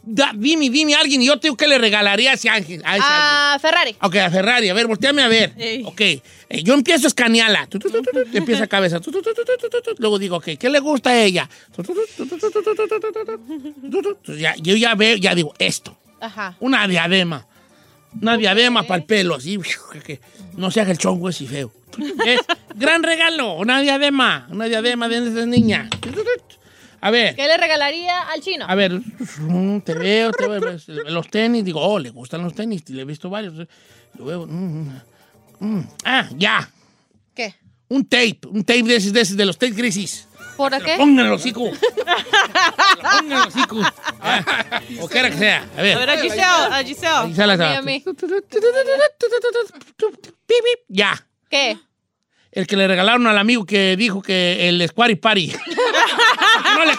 Speaker 3: da- dime, dime a alguien y yo te digo que le regalaría a ese ángel. a ese
Speaker 5: Ah, Ferrari.
Speaker 3: Ok, a Ferrari, a ver, volteame a ver.
Speaker 5: Ey.
Speaker 3: Ok, eh, yo empiezo a escanearla. Tu, tu, tu, tu, tu, empieza cabeza. Tu, tu, tu, tu, tu, tu, tu, tu. Luego digo, ok, ¿qué le gusta a ella? Tu, tu, tu, tu, tu, tu, tu, tu, tu, tu, tu, tu, tu, tu, tu. Ya- yo ya veo, ya digo, esto.
Speaker 5: Ajá.
Speaker 3: Una diadema. Una diadema para el pelo, así. que- que No se haga el chongo así feo. Es gran regalo, una diadema. Una diadema de esas niñas. A ver.
Speaker 5: ¿Qué le regalaría al chino?
Speaker 3: A ver, mm, te veo, te veo, ves, eh, los tenis, digo, oh, le gustan los tenis, le he visto varios. eh, Lo veo, mm, mm, ah, ya.
Speaker 5: ¿Qué?
Speaker 3: Un tape, un tape de esos, de, esos, de los tape crisis.
Speaker 5: ¿Por qué?
Speaker 3: Pongan el hocico. Pongan el hocico. Ah, o quiera que sea. A ver.
Speaker 2: A ver, a Giselle, a Giselle.
Speaker 3: A Giselle, a-
Speaker 2: A mí,
Speaker 3: Ya.
Speaker 5: ¿Qué?
Speaker 3: El que le regalaron al amigo que dijo que el Squarry Party. (laughs) no le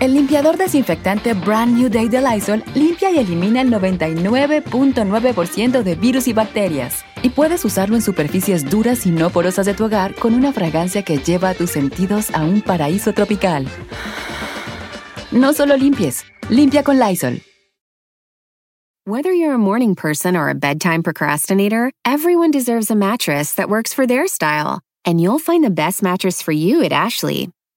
Speaker 8: El limpiador desinfectante Brand New Day de Lysol limpia y elimina el 99.9% de virus y bacterias. Y puedes usarlo en superficies duras y no porosas de tu hogar con una fragancia que lleva a tus sentidos a un paraíso tropical. No solo limpies, limpia con Lysol.
Speaker 7: Whether you're a morning person or a bedtime procrastinator, everyone deserves a mattress that works for their style. And you'll find the best mattress for you at Ashley.